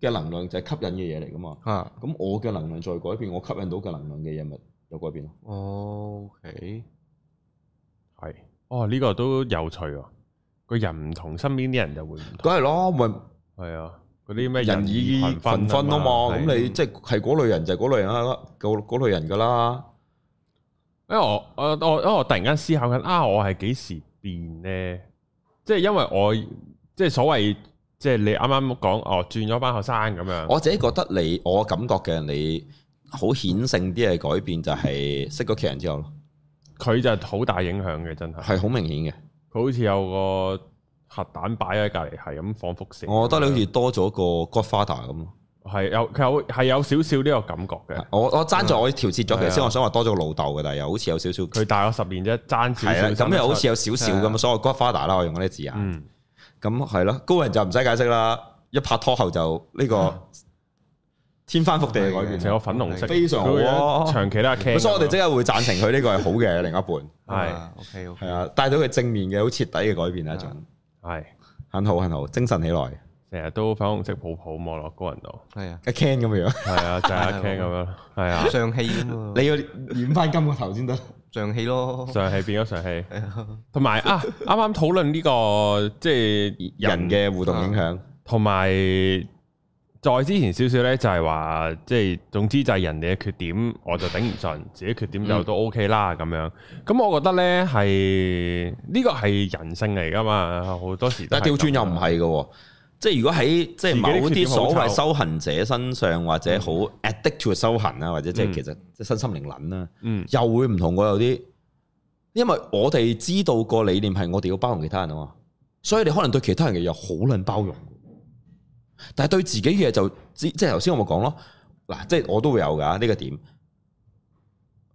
嘅能量就係吸引嘅嘢嚟噶嘛，
啊，
咁我嘅能量再改變，我吸引到嘅能量嘅嘢咪有改變咯，
哦，OK，
係哦，呢、個都有趣喎。個人唔同，身邊啲人就會唔同。
梗係咯，咪
係啊，嗰啲咩
人以群
群
分啊嘛，咁
係
你即係係嗰類人就係嗰類人啦，嗰嗰類人噶啦。
因為我我我因為我突然間思考緊啊，我係幾時變呢？即係因為我即係所謂即係你啱啱講哦，轉咗班學生咁樣。
我自己覺得你，我感覺嘅你好顯性啲嘅改變就係識咗其人之後咯，
佢就好大影響嘅，真係。
係好明顯嘅。
佢好似有個核彈擺喺隔離，係咁放輻射。
我覺得你好似多咗個 Godfather 咁咯。
係有佢有係有少少呢個感覺嘅。
我我爭在我調節咗，
係啊
其實我想話多咗個老豆嘅，但係又好似有少少
佢大我十年啫，爭少
係
少生得
啦，
出。
咁又好似有少少
係啊
咁，所謂 Godfather 啦，我用嗰啲字眼。
嗯
咁係咯，高人就唔使解釋啦，一拍拖後就呢個天翻覆地嘅改變。
成個粉紅色，
嗯非常好啊
佢長期都係 can 咁樣。
所以我哋即刻會贊成佢呢個係好嘅另一半，
係
，OK，OK，
係啊，帶到佢正面嘅好徹底嘅改變係一種，
係
很好很好，精神起來。
成日都粉紅色泡泡望落高人度，
係啊，
一 can 咁樣，
係啊，就係 can 咁樣，係啊，
上氣咁啊，
你要染翻金個頭先得。
上氣咯，
上氣變咗上氣，
係啊
同埋啊，啱啱討論呢個即係
人嘅互動影響，
同埋再之前少少咧，就係話即係總之就係人哋嘅缺點，我就頂唔順，自己缺點
嗯
就都 OK 啦咁樣。咁我覺得咧係呢個係人性嚟噶嘛，好多時都
但
係
係調轉
咁
又唔係嘅喎。即係如果喺即係某
自己啲缺
啲
點好
所謂
臭
修行者身上，或者好 addict to 修行啊，或者即
嗯
係其實即係身心靈撚啊啦，
嗯
又會唔同過有啲，因為我哋知道個理念係我哋要包容其他人啊嘛，所以你可能對其他人嘅又好撚包容，但係對自己嘅就即即係頭先我咪講咯，嗱，即係我都會有㗎呢個點，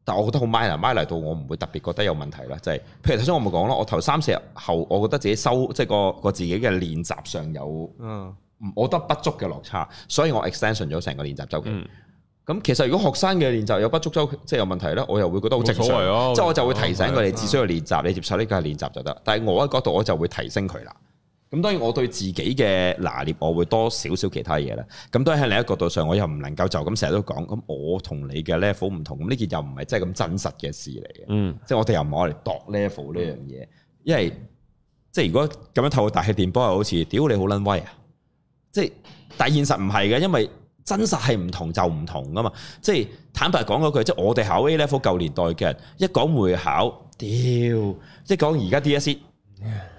但我覺得好 minor minor 到我唔會特別覺得有問題啦，就係、譬如頭先我咪講咯，我頭三四日後，我覺得自己收即係個個自己嘅練習上有唔
嗯，
我覺得不足嘅落差，所以我 extension 咗成個練習周期。
嗯
咁其實如果學生嘅練習有不足周期，即係有問題咧，我又會覺得好正常，
冇所謂啊
即係我就會提醒
冇所
佢你只需要練習，你接受呢個係練習就得。但係我嘅角度我就會提升佢啦。咁當然我對自己嘅拿捏，我會多少少其他嘢啦。咁當然喺另一個角度上，我又唔能夠就咁成日都講，咁我同你嘅 level 唔同，咁呢件又唔係真係咁真實嘅事嚟嘅。
嗯
即係我哋又唔係嚟度 level 呢樣嘢，因為即係如果咁樣透過大氣電波，又好似屌你好撚威啊！即係但係現實唔係嘅，因為真實係唔同就唔同噶嘛。即係坦白講嗰句，即係我哋考 A level 舊年代嘅人，一講會考，屌一講而家 E DSE，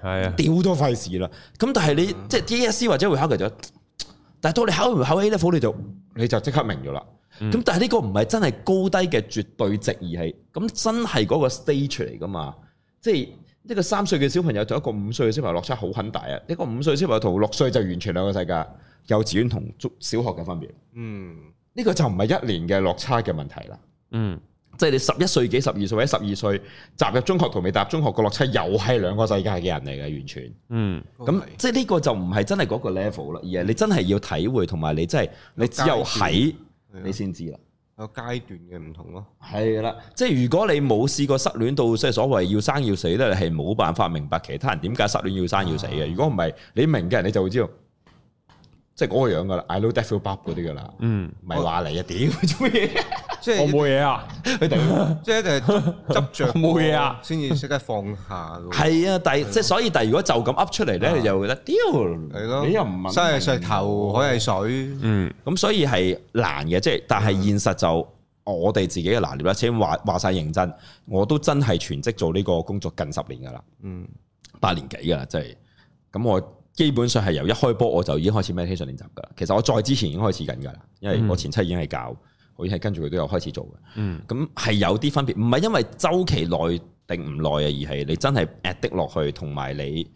係啊，
屌都費事啦。咁但係你即係 DSE 或者會考其實，但係到你考完考 A level 你就你就即刻明咗啦。咁、但係呢個唔係真係高低嘅絕對值，而係咁真係嗰個 stage 嚟噶嘛？即係一個三歲嘅小朋友同一個五歲嘅小朋友落差好很大啊！一個五歲小朋友同六歲就完全兩個世界，幼稚園同中小學嘅分別。
嗯，
呢、個就唔係一年嘅落差嘅問題啦。
嗯
即係你十一歲幾、十二歲或者十二歲踏入中學同未踏入中學個落差，又係兩個世界嘅人嚟嘅，完全。
嗯
咁即係呢個就唔係真係嗰個 level 啦，而係你真係要體會，同埋你真係你只有喺你
你
先知啦。
有階段嘅唔同咯，
係啦，即係如果你冇試過失戀到即係所謂要生要死咧，你係冇辦法明白其他人點解失戀要生要死嘅。如果唔係，你明嘅人你就會知道，即係嗰個樣噶啦，I know that feel bad 嗰啲噶啦，
嗯，
唔係話 你啊屌做咩嘢？
即
我
係
冇嘢啊，
佢哋
即係一定係執執着
冇嘢啊
先至識得放下嘅喎，
係啊，但係即係所以，但係如果就咁噏出嚟咧，你就會覺得屌，
係咯，
你又唔問
山係石頭，海係水，
嗯
咁所以係難嘅，即係但係現實就我哋自己嘅拿捏啦。先話話晒認真，我都真係全職做呢個工作近十年噶啦，
嗯，
八年幾噶啦，即係咁我基本上係由一開波我就已經開始 meditation 練習噶啦。其實我再之前已經開始緊噶啦，因為我前妻已經係教，我已經係跟住佢都有開始做嘅。
嗯，
咁係有啲分別，唔係因為周期耐定唔耐啊，而係你真係 at 的落去，同埋你誒、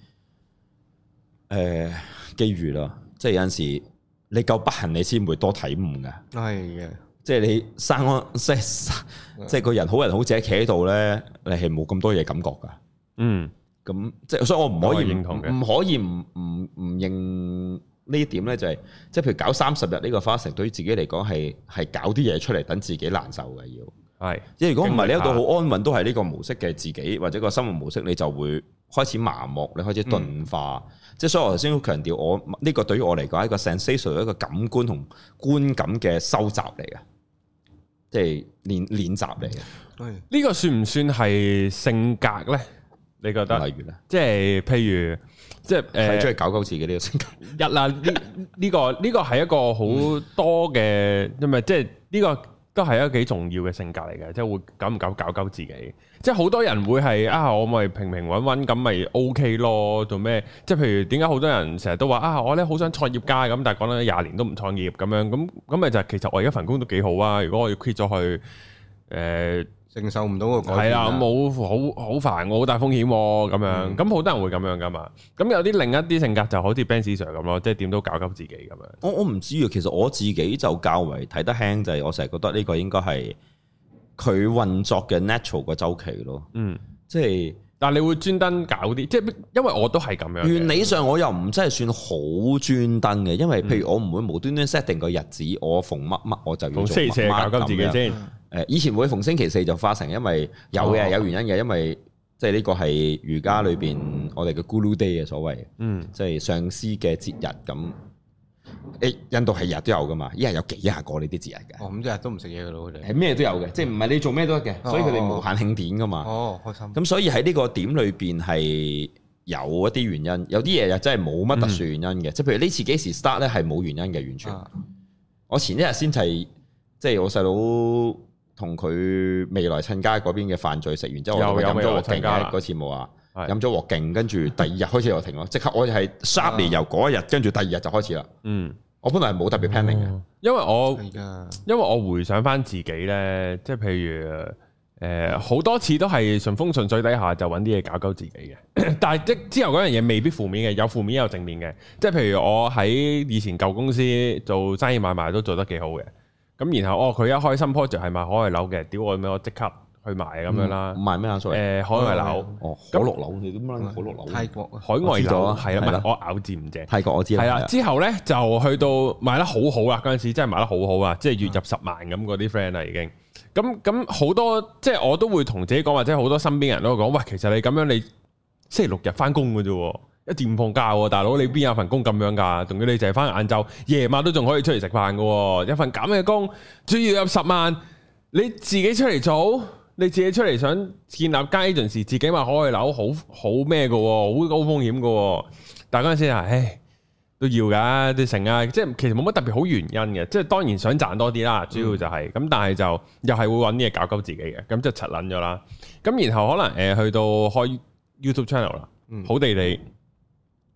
呃機遇啦。即係有陣時你夠不幸，你先會多體悟㗎。
係嘅，
即係你生安 即係
嗯
即係個人好人好者企喺度咧，你係冇咁多嘢感覺㗎。
嗯，
咁即係所以我唔可以
我係
唔
認同嘅
唔可以唔唔唔認呢一點咧，就係即係譬如搞三十日呢個花城，對於自己嚟講係係搞啲嘢出嚟等自己難受嘅要。
係，
即係如果唔係你
經歷下
一度好安穩，都係呢個模式嘅自己或者個生活模式，你就會開始麻木，你開始鈍化。即係所以我頭先好強調，我呢、個對於我嚟講係一個 sensation，一個感官同觀感嘅收集嚟嘅，即係練練習嚟嘅。
係
呢個算唔算係性格咧？你覺得？
例如咧，
即係譬如，即係
係
誒
出。去搞搞自己呢個性格。
一啦，呢呢個呢個係一個好多嘅，因為即係呢個都係一個幾重要嘅性格嚟嘅，即係會搞唔搞搞搞自己。即係好多人會係啊，我咪平平穩穩咁咪 OK 咯，做咩？即係譬如點解好多人成日都話啊，我咧好想創業家咁，但係講咗廿年都唔創業咁樣，咁咁咪就係其實我而家份工都幾好啊。如果我要 quit 咗佢，誒、
承受唔到個改
係
變
啊
啊
啦，咁好好好煩，我好大風險喎咁樣，咁好多人會咁樣噶嘛。咁有啲另一啲性格就好似 Ben Sir 咁咯，即係點都搞急自己咁樣。
我我唔知啊，其實我自己就較為睇得輕，就係、我成日覺得呢個應該係佢運作嘅 natural 個周期咯。
嗯，
即係
但係你會專登搞啲，即係因為我都係咁樣嘅。
原理上我又唔真係算好專登嘅，因為譬
嗯
如我唔會無端端 set 定個日子，我逢乜乜我就要
逢
做
星
乜
期四
乜
搞急自己
咁樣。
先。
嗯
誒，以前會逢星期四就花城，因為有
哦
嘅有原因嘅，因為即係呢個係瑜伽裏邊我哋嘅 Guru Day 嘅所謂。
嗯，
即係上司嘅節日咁。誒，印度係日日都有噶嘛，一日有幾廿個呢啲節日嘅，
哦，咁即係都唔食嘢噶咯，佢哋。
係咩都有嘅，即係唔係你做咩都得嘅，所以佢哋
哦
無限慶典噶嘛。
哦，開心。
咁所以喺呢個點裏邊係有一啲原因，有啲嘢又真係冇乜特殊原因
嗯
嘅，即係譬如呢次幾時 start 咧係冇原因嘅，完全。
啊
我前一日先係即係我細佬同佢未來親家嗰邊嘅飯聚食完之後，
又
我
有
飲
未來
咗鑊
親
勁啊
家啦
嘅嗰次冇啊，
係
飲咗鑊勁，跟住第二日開始又停咯，即刻我係 sharply
啊
由嗰一日，跟住第二日就開始啦。
嗯，
我本來係冇特別 planning 嘅，
因為我
係噶，
因為我回想翻自己咧，即係譬如誒好、多次都係順風順水底下就揾啲嘢搞鳩自己嘅， 但係即之後嗰樣嘢未必負面嘅，有負面有正面嘅。即係譬如我喺以前舊公司做生意買賣都做得幾好嘅，咁然後哦佢一開新 project 係賣海外樓嘅，屌我咩我即刻去買咁樣啦
唔。係咩啊
誒、
？sorry，
海外樓，
哦，可樂樓你點樣諗可樂
泰
樓？
國
海外
我知道
樓
啊
係啦，
係
唔
啦
係我咬字唔正。
泰國我知啦，
係啊啦
係，啊啦
之後咧就去到賣得好好啦，嗰陣時真係賣得好好啊，即係月入十萬咁嗰啲 friend 啊啦已經。咁咁好多即係我都會同自己講，或者好多身邊人都講，喂，其實你咁樣你星期六日翻工嘅啫喎，一至五放假喎，大佬你邊有份工咁樣㗎？仲要你淨係翻晏晝，夜晚都仲可以出嚟食飯嘅喎，一份咁嘅工，仲要有十萬，你自己出嚟做，你自己出嚟想建立間 agency，自己買海外樓，好好咩嘅喎，好高風險嘅喎。但係嗰陣時係，唉，都要㗎啲成啊，即係其實冇乜特別好原因嘅，即係當然想賺多啲啦，主要就係、咁，但係就又係會揾嘢搞鳩自己嘅，咁就柒撚咗啦。咁然後可能誒、呃去到開 YouTube channel 啦，
嗯
好地地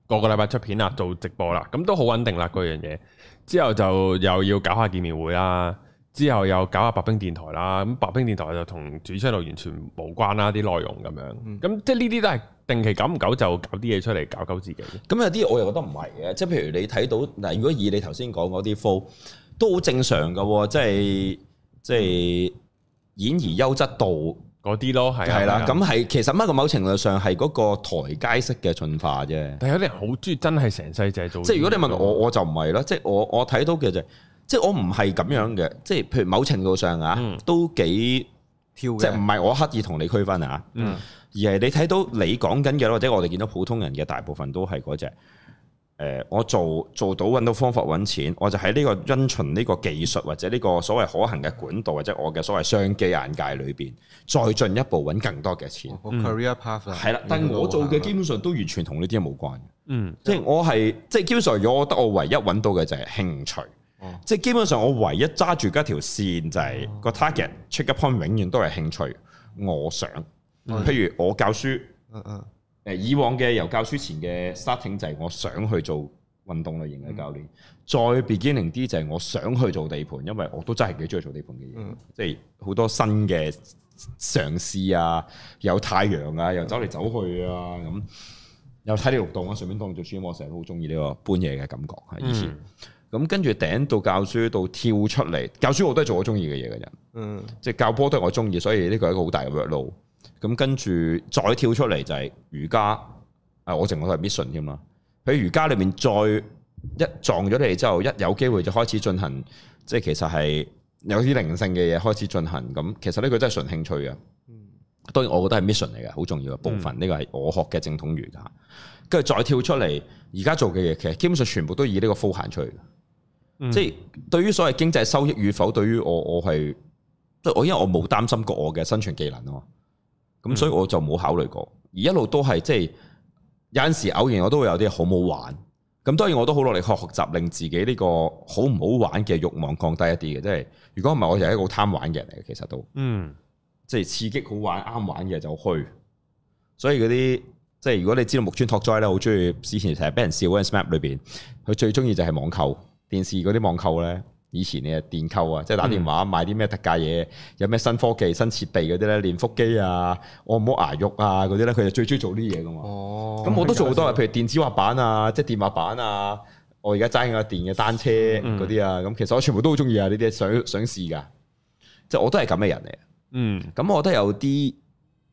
個個禮拜出片啦，做直播啦，咁都好穩定啦嗰樣嘢。之後就又要搞下見面會啦，之後又搞下白冰電台啦。咁白冰電台就同主 channel 完全無關啦，啲內容咁樣。咁、即係呢啲都係定期久唔久就搞啲嘢出嚟搞搞自己。
咁有啲我又覺得唔係嘅，即係譬如你睇到嗱，如果以你頭先講嗰啲 flow 都好正常嘅喎，即係即係演而優質度
嗰啲咯，係啊
係
係
啦
啊。
咁係其實乜個某程度上係嗰個台階式嘅進化啫。
但係有啲人好啊中意真係成世就係做。
即係如果你問我，，我就唔係啦。即係我我睇到嘅就係即係我唔係咁樣嘅。即係譬如某程度上啊，
嗯
都幾
跳
即係唔
嘅，
係我刻意同你區分啊。
嗯
而係你睇到你講緊嘅，或者我哋見到普通人嘅大部分都係嗰只。誒、我做做到揾到方法揾錢，我就喺呢個因循呢個技術或者呢個所謂可行嘅管道，或者我嘅所謂商機眼界裏邊，再進一步揾更多嘅錢。
個哦 career path 啊啦。
嗯係啦、但係我做
啊
嘅基本上都完全同呢啲嘢冇關嘅。
嗯
即係我係即係基本上，如果我覺得我唯一揾到嘅就係興趣。
哦
即係基本上，我唯一揸住嗰條線就係個 target check up point 永遠都係興趣。我想，
嗯
譬如我教書，
嗯嗯
誒以往嘅由教書前嘅 starting 就係我想去做運動類型嘅教練。再 beginning 啲就係我想去做地盤，因為我都真係幾中意做地盤嘅嘢，
嗯
即係好多新嘅嘗試啊，有太陽啊，又走嚟走去啊咁。又睇你活動啊，順便當做 gym，我成日都好中意呢個搬嘢嘅感覺。係以前咁跟住頂到教書到跳出嚟，教書我都係做我中意嘅嘢嘅啫。
嗯，
即係教波都係我中意，所以呢個係一個好大嘅 workload。咁跟住再跳出嚟就係瑜伽，啊我淨我係 mission 添啦。喺瑜伽裏面再一撞咗你之後，一有機會就開始進行，即係其實係有啲靈性嘅嘢開始進行。咁其實呢個真係純興趣嘅。當然我覺得係 mission 嚟嘅，好重要嘅部分。呢個係我學嘅正統瑜伽。跟住再跳出嚟，而家做嘅嘢其實基本上全部都以呢個 full 行出去嘅。即係對於所謂經濟收益與否，對於我我係即係我因為我冇擔心過我嘅生存技能啊嘛，咁所以我就冇考慮過，而一路都係即係有陣時偶然我都會有啲好冇玩，咁當然我都好努力學學習，令自己呢個好唔好玩嘅慾望降低一啲嘅，即係如果唔係我就係一個好貪玩嘅人嚟嘅，其實都
嗯
即係刺激好玩啱玩嘅就去，所以嗰啲。即係如果你知道木村拓哉咧，好中意之前成日俾人笑嗰陣 Snap 裏邊，佢最中意就係網購電視嗰啲網購咧。以前你係電購啊，即係打電話買啲咩特價嘢，有咩新科技、新設備嗰啲咧，練腹肌啊、按摩牙肉啊嗰啲咧，佢就最中意做呢啲嘢噶嘛。
哦，
咁我都做好多嘅，譬如電子滑板啊，即係電滑板啊，我而家揸緊個電嘅單車嗰啲啊，咁、其實我全部都好中意啊，呢啲想想試噶，即係我都係咁嘅人嚟。
嗯
咁我覺得有啲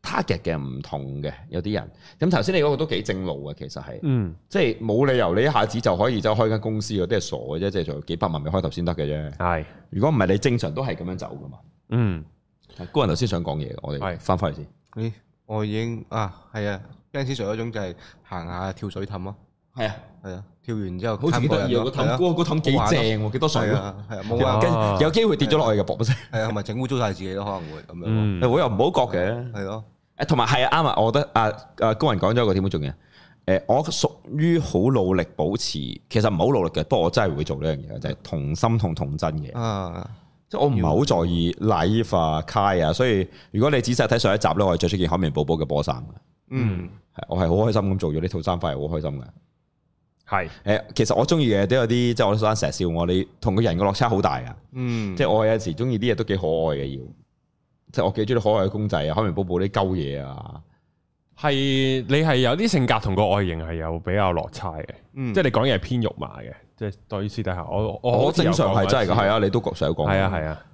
target 嘅唔同嘅，有啲人。咁頭先你嗰個都幾正路嘅，其實係，
嗯
即係冇理由你一下子就可以走開間公司嗰啲係傻嘅啫，即係做幾百萬咪開頭先得嘅啫。
係
如果唔係，你正常都係咁樣走噶嘛。
嗯
高人頭先想講嘢嘅，我哋
係
翻返去先。
咦，我已經啊，係啊，嗰陣時仲有一種就係行下跳水氹咯，
係啊，
係啊，跳完之後
好似幾得意啊！個氹，嗰個氹幾正喎，幾多水
係
喎。
啊，係啊，冇 啊，
跟住有機會跌咗落去嘅，噃聲。
係啊，同埋整污糟晒自己咯，可能會咁樣咯，
嗯，
我又唔好覺嘅。
係咯，
誒，同埋係啊，啱啊！我覺得啊啊，高人講咗一個點好重要。誒，我屬於好努力保持，其實唔好努力嘅，不過我真係會做呢樣嘢，就係同心同童真嘅。
啊，
即係我唔係好在意 life 啊、kai 啊，所以如果你仔細睇上一集咧，我係着出件海綿寶寶嘅波衫嘅，
嗯，
係我係好開心咁做咗呢套衫，翻嚟好開心嘅。
係
誒，其實我中意嘅都有啲，即係我啲學生成日笑我，你同個人嘅落差好大啊！
嗯，
即係我有陣時中意啲嘢都幾可愛嘅，要即係我幾中意可愛嘅公仔啊、海綿寶寶啲鳩嘢啊，
係你係有啲性格同個外形係有比較落差嘅，
嗯
即係你講嘢係偏肉麻嘅，即係對私底下我我
我哦正常係真係㗎，係
啊，
啊，你都成日講，
係啊係啊，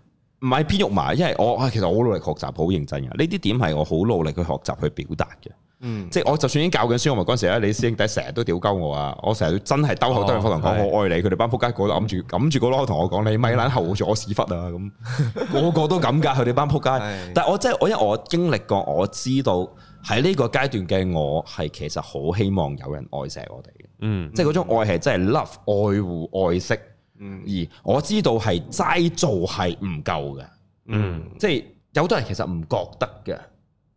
唔係偏肉麻，因為我啊其實我好努力學習，好認真嘅，呢啲點係我好努力去學習去表達嘅。
嗯，
即係我就算已經教緊書，我咪嗰陣時咧，你師兄弟成日都啊屌鳩我啊！我成日真係兜口兜面課堂講
哦
我愛你，佢哋班仆街個個都揞住揞住個攞同我講你咪撚後住我屎忽啊咁， 個個都咁㗎，佢哋班仆街
係。
但係我真係我因為我經歷過，我知道喺呢個階段嘅我係其實好希望有人愛錫我哋嘅，
嗯
即係嗰種愛係真係 love 愛護愛惜，
嗯，
而我知道係齋做係唔夠嘅。
嗯
即係有好多人其實唔覺得嘅。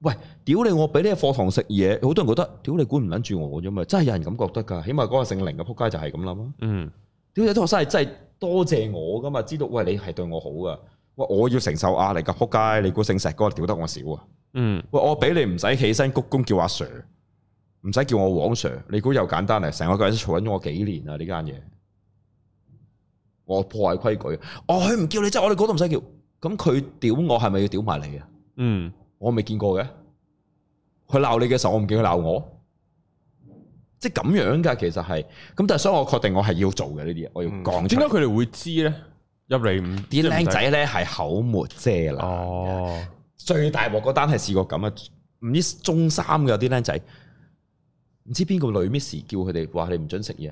喂，屌你！我俾呢個課堂食嘢，好多人覺得屌你管唔撚住我啫嘛，真係有人咁覺得㗎。起碼嗰個姓凌嘅仆街就係咁諗啊！
嗯
屌有啲學生係真係多謝我㗎嘛，知道喂你係對我好㗎。喂，我要承受壓力㗎，仆街！你估姓石嗰個屌得我少啊？
嗯
喂，我俾你唔使起身鞠躬叫阿 Sir，唔使叫我黃 Sir，你估又簡單啊？成個教室嘈緊咗我幾年啊！呢間嘢，我破壞規矩。哦，佢唔叫你即係我哋嗰度唔使叫，咁佢屌我係咪要屌埋你啊？
嗯
我未見過嘅，佢鬧你嘅時候，我唔見佢鬧我，即係咁樣㗎。其實係咁，但係所以我確定我係要做嘅呢啲嘢，我要講出
點
嚟
解。佢哋會知咧？入嚟唔
嗯啲僆仔咧係口沒遮攔嘅。
哦，
最大鑊嗰單係試過咁啊！唔知中三嘅有啲僆仔，唔知邊個女 miss 叫佢哋話你唔准食嘢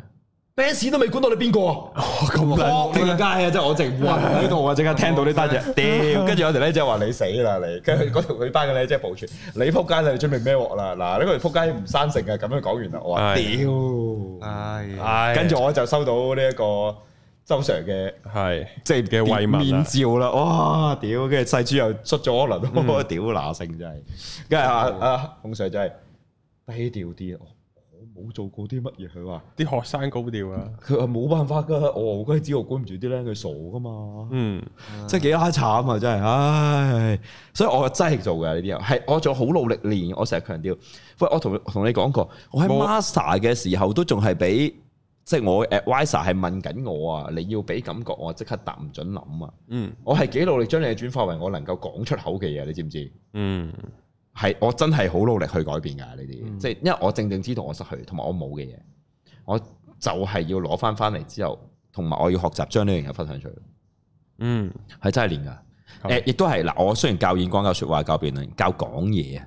，Benz 都未管到你邊個啊！咁
어,
你個街啊！真係我直暈喺度啊！即刻聽到呢單嘢，屌！跟住有條僆仔話你死啦你，跟住嗰條佢班嘅僆仔報傳，你撲街啦！你準備孭鑊啦！嗱，呢個條撲街唔生性啊！咁樣講完啦，我話
係
어,
屌，
아,唉，
唉
跟住我就收到呢一個周 Sir 嘅。
係
即係
嘅慰問啊
面照啦，哇！屌，跟住細豬又出咗可能，哇！屌乸性真係，跟住阿阿孔 Sir 就係低調啲，我我冇做過啲乜嘢，佢話
啲學生高調啊，
佢話冇辦法㗎，我跟住知我管唔住啲僆佢傻㗎嘛，
嗯
真係幾拉慘啊！真係，唉，所以我真係做嘅呢啲嘢，係我仲好努力練，我成日強調，喂，我同同你講過，我喺
冇
master 嘅時候都仲係俾即係我 advisor 係問緊我啊，你要俾感覺我即刻答唔準諗啊！
嗯
我係幾努力將你轉化為我能夠講出口嘅嘢，你知唔知？
嗯
係我真係好努力去改變㗎呢啲，
嗯
即係因為我正正知道我失去同埋我冇嘅嘢，我就係要攞翻翻嚟之後，同埋我要學習將呢樣嘢分享出去，
嗯，
係真係練㗎。
係
誒，亦都係嗱，我雖然教演講、教説話、教辯論、教講嘢啊，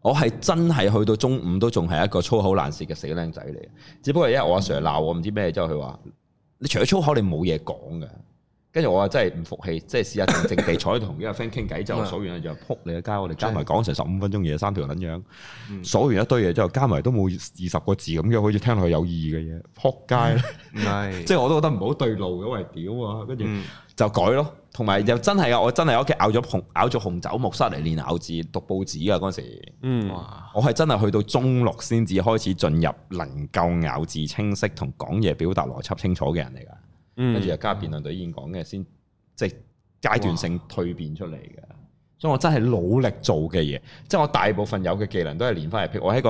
我係真係去到中午都仲係一個粗口爛舌嘅死僆仔嚟嘅。只不過因為我阿 Sir 鬧我唔知咩之後，佢話：你除咗粗口，你冇嘢講嘅。跟住我啊真係唔服氣，即係試下靜靜地坐喺度同幾個 friend 傾偈，就數完啦，就撲你一街，我哋加埋講成十五分鐘嘢，三條撚樣。
嗯
數完一堆嘢之後，加埋都冇二十個字咁嘅，好似聽落去有意義嘅嘢，撲街！
唔係，
即係我都覺得唔好對路嘅，喂屌啊！跟住。
嗯
就改咯。同
嗯
埋又真係啊！我真係喺屋企咬咗紅咬咗紅酒木塞嚟練咬字、讀報紙啊！嗰陣時，
嗯
哇，
我係真係去到中六先至開始進入能夠咬字清晰同講嘢表達邏輯清楚嘅人嚟㗎。跟
嗯
住又加入辯論隊演講嘅，先即係階段性蜕變出嚟嘅。所以我真係努力做嘅嘢，即係我大部分有嘅技能都係練翻嚟。譬如我係一個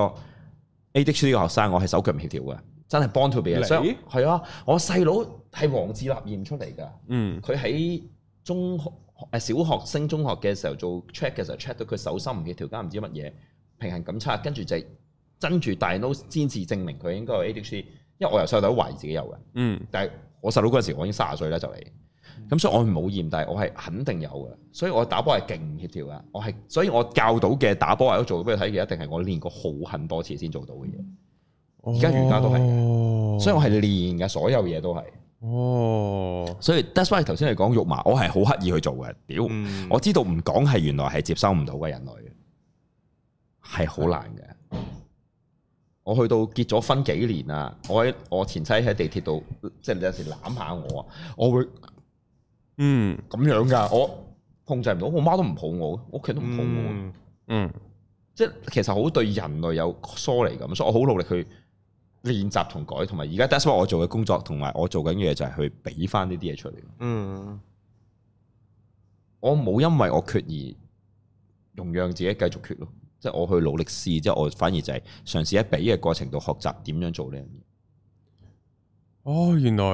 ADHD 嘅學生，我係手腳唔協調嘅，真係 born to be 嘅。
你
所以係啊，我細佬係黃志立驗出嚟㗎。
嗯
佢喺中學誒小學升中學嘅時候做 check 嘅時候 check 到佢手心唔協調加唔知乜嘢平衡感差，跟住就係跟住大 no 先至證明佢應該有 ADHD，因為我由細到大都懷疑自己有嘅，
嗯
但係我細佬嗰陣時我已經卅歲啦就嚟，咁所以我冇驗，但係我係肯定有嘅，所以我打波係勁唔協調嘅，我係所以我教到嘅打波或者做俾佢睇嘅一定係我練過好很多次先做到嘅嘢，而家瑜伽都係
係
所以我係練嘅，所有嘢都係，
哦，
所以 that's why 頭先你講肉麻，我係好刻意去做嘅，屌！
嗯
我知道唔講係原來係接收唔到嘅人類，係好難嘅。我去到結咗婚幾年啦，我喺我前妻喺地鐵度，即係有時攬下我啊，我會
嗯
咁樣噶，我控制唔到，我媽都唔抱我，我屋企都唔抱我，
嗯
嗯
即係其實好對人類有疏離咁，所以我好努力去練習同改，同埋而家 that's what 我做嘅工作同埋我做緊嘅嘢就係去俾翻呢啲嘢出嚟。
嗯
我冇因為我缺而容讓自己繼續缺咯，即係我去努力試之後，我反而就係嘗試喺俾嘅過程度學習點樣做呢樣嘢。
哦，原來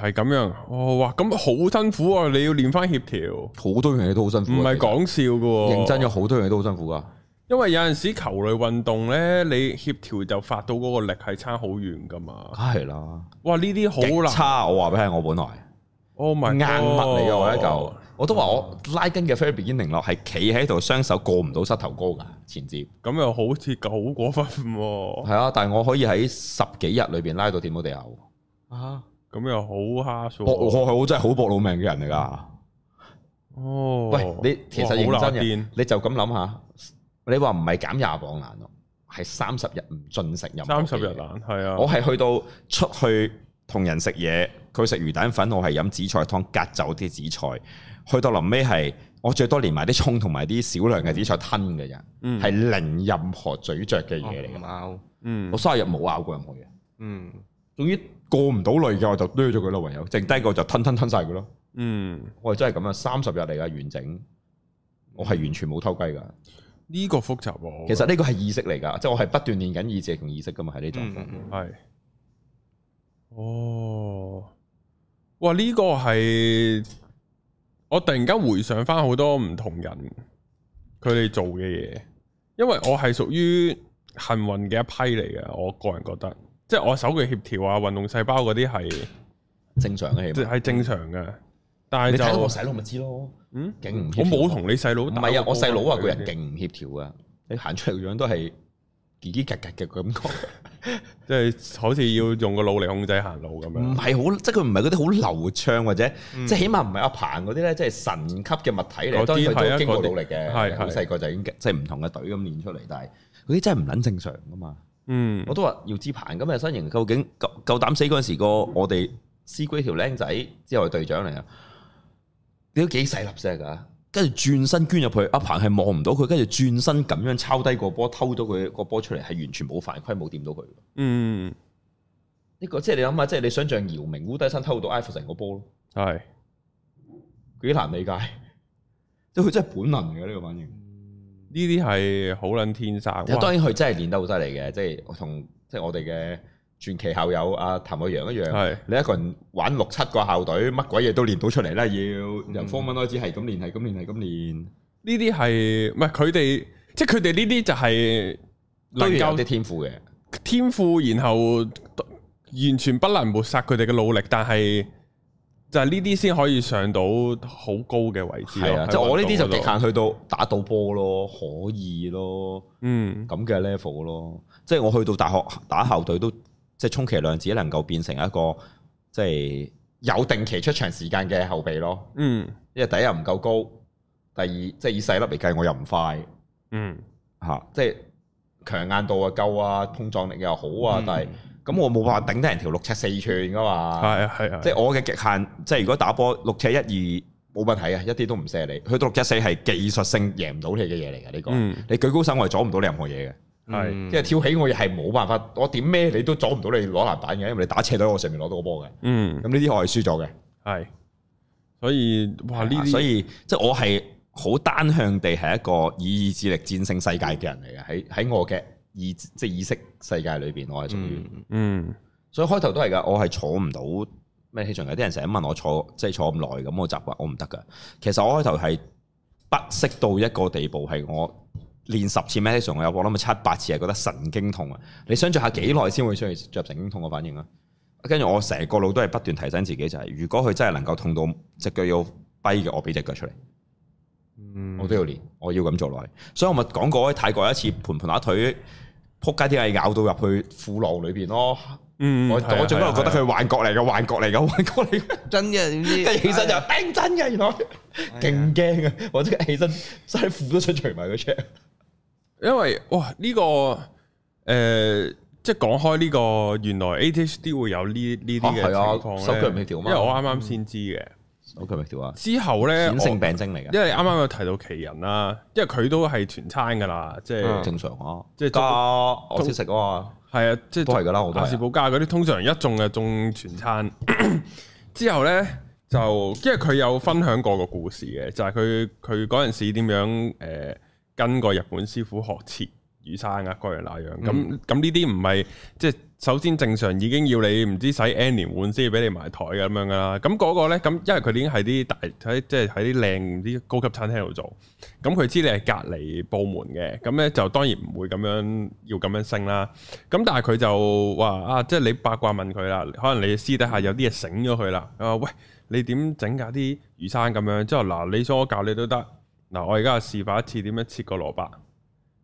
係咁樣，哦哇，咁好辛苦啊！你要練翻協調，唔
好多樣嘢都好辛苦，啊
係
其實
講笑噶喎，
認真咗好多樣嘢都好辛苦啊噶。
因為有陣時球類運動咧，你協調就發到嗰個力係差好遠噶嘛。
梗係啦，
哇！呢啲
極
好難
差我話俾你聽，我本來
Oh my
硬物嚟嘅我一
God
嚿，我都話我拉筋嘅 very beginning 落係企喺度，雙手過唔到膝頭哥㗎前接。
咁又好似好過分喎、
係啊，但係我可以喺十幾日裏邊拉到掂到地下喎。
啊，
咁又好蝦數。
搏我係我真係好搏老命嘅人嚟㗎。
哦，
喂，你其實
哇
認
好難
真嘅
變，
你就咁諗下，你話唔係減廿磅難咯，係三十日唔進食任何
三
嘢
十日。難係啊。
我係去到出去同人食嘢，佢食魚蛋粉，我係飲紫菜湯，隔走啲紫菜。去到臨尾係我最多連埋啲葱同埋啲少量嘅紫菜吞嘅啫，
嗯
係零任何咀嚼嘅嘢嚟
唔
㗎。
拗，
嗯
我三十日冇咬過任何嘢，
嗯
終於過唔到類嘅我就掠咗佢咯，唯有剩低個就吞吞吞晒佢咯。
嗯，
我係真係咁樣，啊三十日嚟㗎完整，我係完全冇偷雞㗎。
呢、個複雜喎。
其實呢個係意識嚟㗎，即係我係不斷練緊意志同意識㗎嘛，喺呢種。
嗯
係哦，哇！呢、個係我突然間回想翻好多唔同人佢哋做嘅嘢，因為我係屬於幸運嘅一批嚟嘅，我個人覺得，即係我手腳協調啊、運動細胞嗰啲係
正常嘅起碼。
係正常嘅，但
你
係
睇到我
就
細佬咪知咯，
嗯，
勁唔協
我
調啊
冇同你細佬
唔
打
係啊，
過
我細佬啊
波
個人勁唔協調啊，你行出嚟個樣都係叽叽格格嘅感覺，
即係好似要用個腦嚟控制行路咁
唔
樣。
係好即係佢唔係嗰啲好流暢或者即係起碼唔係阿彭嗰啲咧，即係神級嘅物體
嗯嗰啲
嚟，當然佢
係啊
都經過
嗰啲
努力嘅，
係係
好細個就已經即係唔同嘅隊咁練出嚟，但係嗰啲真係唔撚正常㗎嘛。
嗯
我都話姚志鵬咁嘅身形，究竟夠夠膽死嗰陣時個我哋師龜條僆仔之後嘅隊長嚟啊！你都幾細粒聲㗎，跟住轉身捐入去，阿鵬係望唔到佢，跟住轉身咁樣抄低個波，偷咗佢個波出嚟，係完全冇犯規，冇掂到佢。
嗯，
呢、個即係你諗下，即係你想像姚明烏低身偷到艾弗成個波咯，
係
幾難理解。即係佢真係本能嚟嘅呢個反應。
呢啲係好撚天生。哇
當然佢真係練得好犀利嘅，即係我同即係我哋嘅傳奇校友阿譚偉陽一樣，
係
你一個人玩六七個校隊，乜鬼嘢都練到出嚟啦，
嗯
要由方文開始係咁練，係咁練，係咁練，
呢啲係唔係佢哋，即係佢哋呢啲就係
都
能
要有啲
夠
天賦嘅。
天賦，然後完全不能抹殺佢哋嘅努力，但係就係呢啲先可以上到好高嘅位置咯。
係啊，
喺
即係我呢啲就
運動嗰度
極限去到打到波咯，可以咯，
嗯
咁嘅 level 咯。即係我去到大學打校隊都即係充其量只能夠變成一個即係有定期出場時間嘅後備咯。
嗯
因為第一又唔夠高，第二即係以細粒嚟計我又唔快
嗯，
嚇、即係強硬度啊夠啊，碰撞力又好啊，
嗯
但係咁我冇辦法頂得人條六尺四寸噶嘛。
係啊係啊，
即係我嘅極限，即係如果打波六尺一二冇問題啊，一啲都唔射你。去到六尺四係技術性贏唔到你嘅嘢嚟嘅呢個。
嗯
你舉高手我係阻唔到你任何嘢嘅，
係
嗯
即係跳起我亦係冇辦法，我點咩你都阻唔到你攞籃板嘅，因為你打斜到我上面攞到個波嘅。
嗯
咁呢啲我係輸咗嘅。
係，所以哇呢
係啊
啲
所以即係我係好單向地係一個以意志力戰勝世界嘅人嚟嘅。喺喺我嘅意即係意識世界裏邊，我係屬於。
嗯
嗯
所以開頭都係㗎，我係坐唔到咩氣場嘅。有啲人成日問我坐，即係坐咁耐，咁我習慣我唔得㗎。其實我開頭係不適到一個地步，係我練十次 meditation，我有我諗七八次係覺得神經痛啊！你想象下幾耐先會出去着神經痛嘅反應啊？跟住我成個腦都係不斷提醒自己就係、如果佢真係能夠痛到只腳要跛嘅，我俾只腳出嚟。
嗯
我都要練，我要咁做落去。所以我咪講過喺泰國有一次盤盤下腿，撲街啲係咬到入去褲囊裏邊咯。
嗯，
我
係啊
我最
係
嗰
啊
度覺得
係啊
佢幻覺嚟嘅，幻覺嚟嘅，幻覺嚟 嘅。
真嘅，點知
跟住起身就叮真嘅，原來
呀
勁驚啊！我即刻起身，真係褲都想除埋佢 check。
因為哇呢、個誒、呃即係講開呢、個原來 ADHD 會有呢呢啲嘅
啊係啊
情況咧
手腳唔協調嘛
因為我啱啱先知嘅。
O K，咪條啊，
之後咧，
顯性
我
病徵嚟嘅，
因為你啱啱有提到奇人啦，因為佢都係全餐噶啦，即
嗯
係
正常啊。
即係
加我先食啊嘛，
係啊，即係
都係㗎啦我都係
亞視保加嗰啲，通常一中就中全餐。 之後咧就因為佢有分享過個故事嘅，就係佢佢嗰陣時點樣誒、呃跟個日本師傅學切魚生啊，各樣那樣。咁
嗯
咁呢啲唔係即係首先正常已經要你唔知使 N 年換先俾你埋台咁樣噶啦。咁嗰個咧咁因為佢已經係啲大喺即係喺啲靚啲高級餐廳度做，咁佢知你係隔離部門嘅，咁咧就當然唔會咁樣要咁樣升啦。咁但係佢就話啊，即係你八卦問佢啦，可能你私底下有啲嘢醒咗佢啦。啊，喂，你點整㗎啲魚生咁樣？之後嗱，你想我教你都得。嗱，我而家示範一次點樣切個蘿蔔，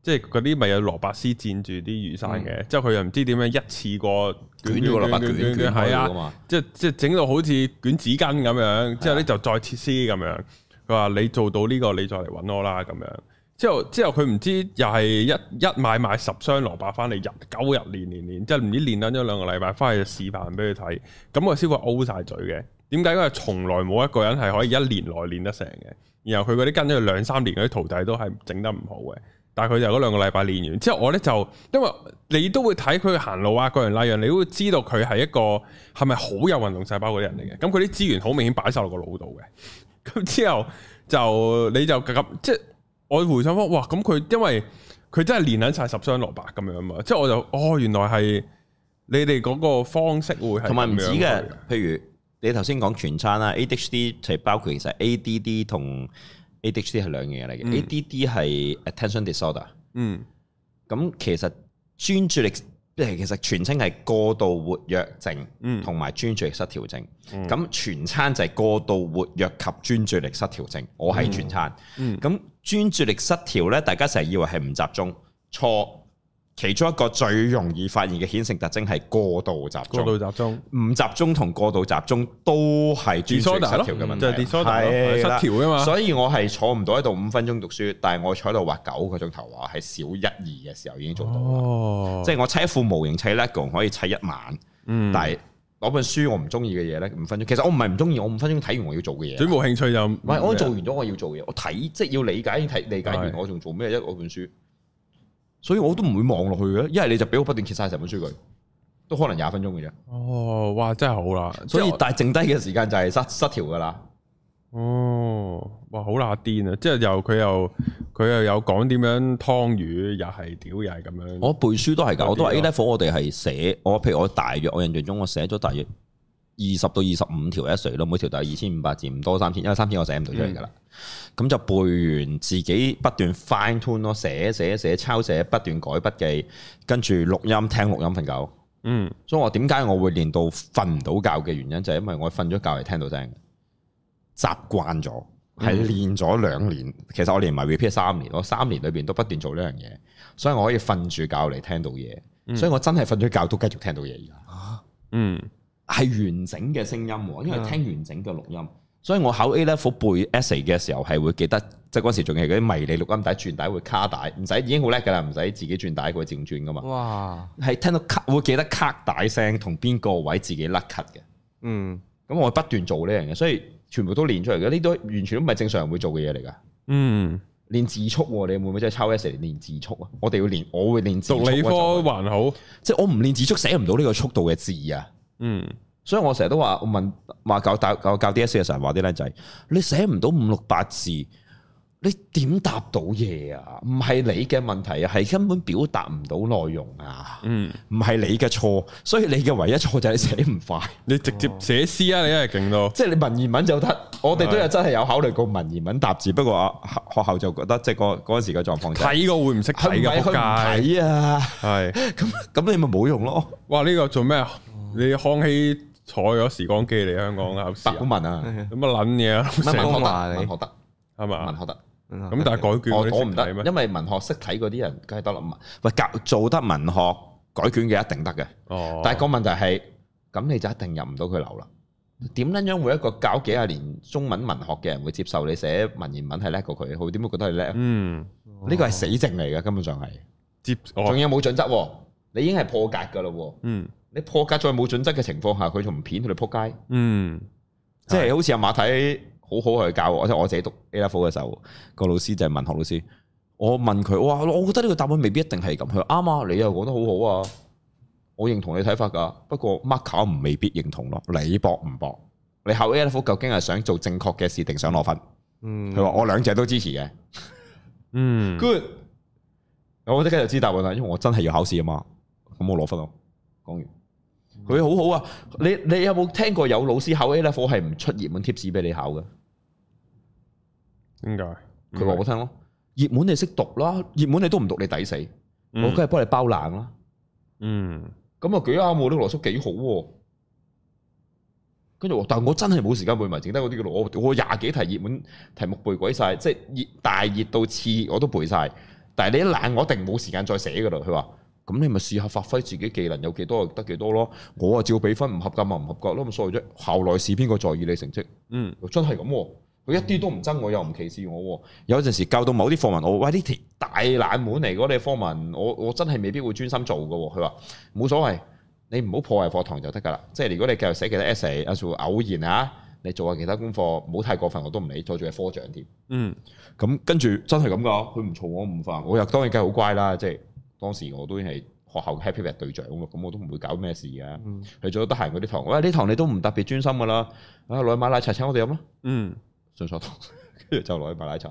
即係嗰啲咪有蘿蔔絲墊住啲魚生嘅。之後佢又唔知點樣一次過
嗯捲咗個蘿蔔卷
係
捲開
啊
㗎。嘛。
即即整到好似卷紙巾咁樣，之後咧就再切絲咁樣。佢話你做到呢、個，你再嚟揾我啦咁樣。之後之後佢唔知又係一一買買十箱蘿蔔翻嚟，日九日練練練，即係唔知練撚咗兩個禮拜，翻去示範俾佢睇。咁個師傅 O 晒嘴嘅，點解？因為從來冇一個人係可以一年內練得成嘅。然後佢嗰啲跟咗佢兩三年嗰啲徒弟都係整得唔好嘅。但係佢就嗰兩個禮拜練完之後，我咧就因為你都會睇佢行路啊，各樣那樣，你都會知道佢係一個係咪好有運動細胞嗰啲人嚟嘅。咁佢啲資源好明顯擺晒落個腦度嘅。咁之後就你就咁即係我回想翻，哇！咁佢因為佢真係練緊晒十箱蘿蔔咁樣嘛，即係我就哦，原來係你哋嗰個方式會係
同埋唔止
咁樣啊
嘅，譬如你頭先講全餐啦，ADHD 就係包括其實 ADD 同 ADHD 係兩樣嘢嚟嘅。
嗯
ADD 係 attention disorder，
嗯
咁其實專注力即係其實全稱係過度活躍症，
嗯
同埋專注力失調症。
嗯
咁、全餐就係過度活躍及專注力失調症，我係全餐。
嗯
咁專注力失調呢，大家成日以為係唔集中，錯。其中一個最容易發現嘅顯性特徵係過度集
過
中。
度集中。
唔集中同過度集中都係專注力
disorder
失調嘅
咯，
問
就係啊
題，
disorder
係
咯
啦
失調噶嘛。
所以我係坐唔到喺度五分鐘讀書，但係我坐喺度畫九個鐘頭畫，係小一二嘅時候已經做到啦。
哦
即係我砌一副模型砌 lego 可以砌一晚，
嗯
但係攞本書我唔中意嘅嘢咧，五分鐘。其實我唔係唔中意，我五分鐘睇完我要做嘅
最
嘢。
啊冇興趣就唔啊
唔係，我做完咗我要做嘅嘢，我睇即係要理解睇理解完，
係
我仲做咩啫？我本書，所以我都唔會望落去嘅。一係你就俾我不斷揭晒成本書佢，都可能廿分鐘嘅啫。
哦，哇，真係好啦。
所以但係剩低嘅時間就係失失調㗎啦。
哦，哇，好乸癲啊！即係又佢又佢又有講點樣劏魚，又係屌，又係咁樣。
我背書都係㗎，我都話
嗰啲
A
咯
level 我哋係寫，我譬如我大約我印象中我寫咗大約二十到二十五條 essay 咯，每條大約二千五百字，唔多三千，因為三千我寫唔到出嚟㗎啦。咁、就背完自己不斷 fine tune 咯，寫寫寫抄寫，不斷改筆記，跟住錄音聽錄音瞓覺。
嗯
所以我點解我會練到瞓唔到覺嘅原因，就係因為我瞓咗覺係聽到聲嘅，習慣咗，係練咗兩年。其實我連埋 repeat 三年，我三年裏邊都不斷做呢樣嘢，所以我可以瞓住覺嚟聽到嘢。所以我真係瞓咗覺都繼續聽到嘢，
嗯
而家係完整嘅聲音喎，因為聽完整嘅錄音。所以我考 A level 背 essay 嘅時候係會記得，即係嗰時仲係嗰啲迷你錄音帶、轉帶會卡帶，唔使已經好叻㗎啦，唔使自己轉帶，佢會自動轉㗎嘛。
哇，
係聽到卡會記得卡帶聲同邊個位自己甩咳嘅，
嗯，
咁我不斷做呢樣嘢，所以全部都練出嚟嘅，呢都完全都唔係正常人會做嘅嘢嚟噶。
嗯，
練字速喎，你會唔會真係抄 S 嚟練字速啊？我哋要練，我會練字速
讀
啊。
理科
就會
還好。
即係我唔練字速寫唔到呢個速度嘅字啊！
嗯
所以我成日都話，我問話教教教教 D.S. 嘅時候話啲僆仔，你寫唔到五六八字，你點答到嘢啊？唔係你嘅問題啊，係根本表達唔到內容啊！
嗯，
唔係你嘅錯，所以你嘅唯一錯就係你寫唔 快，
你直接寫詩啊！你真係勁到。
即係你文言文就得。我哋都有真係有考慮過文言文答字，不過啊學校就覺得即係嗰嗰陣時嘅狀況就係
睇個會唔識
佢
睇嘅
唔係佢
仆
唔
街，
睇啊，
係
咁咁你咪冇用咯。
哇！呢個做咩啊？你康熙坐咗時光機嚟香港考試
白古
啊？
文啊，
네.
咁啊撚嘢啊，
唔係
成
文學
公
得，
話你
文學得，
係
文
嘛？
學得。
咁但係改卷
我
嗰啲
我
識
唔
睇
得，
咩？
因為文學識睇嗰啲人梗係得啦。文喂教做得文學改卷嘅一定得嘅，
哦，
但係個問題係咁你就一定入唔到佢流啦。點撚樣會一個教幾廿年中文文學嘅人會接受你寫文言文係叻過佢？佢點會覺得你叻？啊
嗯
어.
呢個係死症嚟嘅，根本上係。
接
仲
哦
有冇準則喎？你已經係破格㗎啦喎！
嗯
你破格再冇準則嘅情況下，佢仲唔片佢哋撲街？
嗯
即係好似阿馬太好好去教我，即係我自己讀 A level 嘅時候，個老師就係文學老師。我問佢：哇，我覺得呢個答案未必一定係咁。佢話啱啊，你又講得好好啊，我認同你睇法㗎。不過 marker 唔未必認同咯，你搏唔搏？你考 A level 究竟係想做正確嘅事定想攞分？
嗯，
佢話我兩者都支持嘅。
嗯
good，我即刻就知答案啦，因為我真係要考試啊嘛，咁我攞分咯。講完，佢好好啊！你你有冇聽過有老師考 A level 係唔出熱門 tips 俾你考嘅？
點解？
佢話我聽咯，熱門你識讀啦，熱門你都唔讀你抵死，我
嗯
梗係幫你包冷啦。
嗯
咁啊幾啱喎，呢個羅叔幾好喎。跟住我，但係我真係冇時間背埋，剩低嗰啲嘅咯。我我廿幾題熱門題目背鬼晒，即係熱大熱到次我都背晒。但係你一懶，我一定冇時間再寫噶啦。佢話：咁你咪試下發揮自己技能，有幾多就得幾多咯。我啊照俾分，唔合格咪唔合格咯，咁所謂啫。校內試邊個在意你成績？
嗯
又真係咁喎，佢一啲都唔憎我，又唔歧視我喎。有陣時教到某啲課文，我喂呢條大冷門嚟嗰啲課文，我我真係未必會專心做嘅喎。佢話冇所謂，你唔好破壞課堂就得㗎啦。即係如果你繼續寫其他 essay，啊做偶然啊，你做下其他功課，唔好太過分，我都唔理。再做係科長添。
嗯
咁跟住真係咁㗎，佢唔嘈我唔煩，我又當然梗係好乖啦。即係當時我都已經係學校嘅 Happy Red 隊長咯，咁我都唔會搞咩事㗎。
嗯
佢做得閒嗰啲堂，喂呢堂你都唔特別專心㗎啦，啊攞去買奶茶請我哋飲啦。
嗯，
上所堂， 跟住就攞去買奶茶，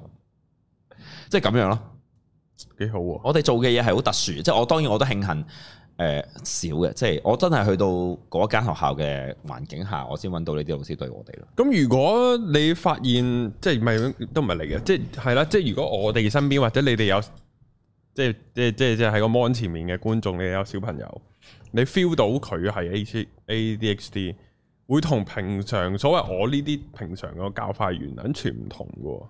即係咁樣咯。
幾好喎！
我哋做嘅嘢係好特殊，即係我當然我都慶幸誒、呃少嘅，即係我真係去到嗰間學校嘅環境下，我先揾到呢啲老師對我哋咯。
咁如果你發現即係唔係都唔係你嘅，即係係啦，即係如果我哋身邊或者你哋有即係即係即係即係喺個 mon 前面嘅觀眾，你有小朋友，你 feel 到佢係 A C A D H D，會同平常所謂我呢啲平常個教法完全唔同嘅喎，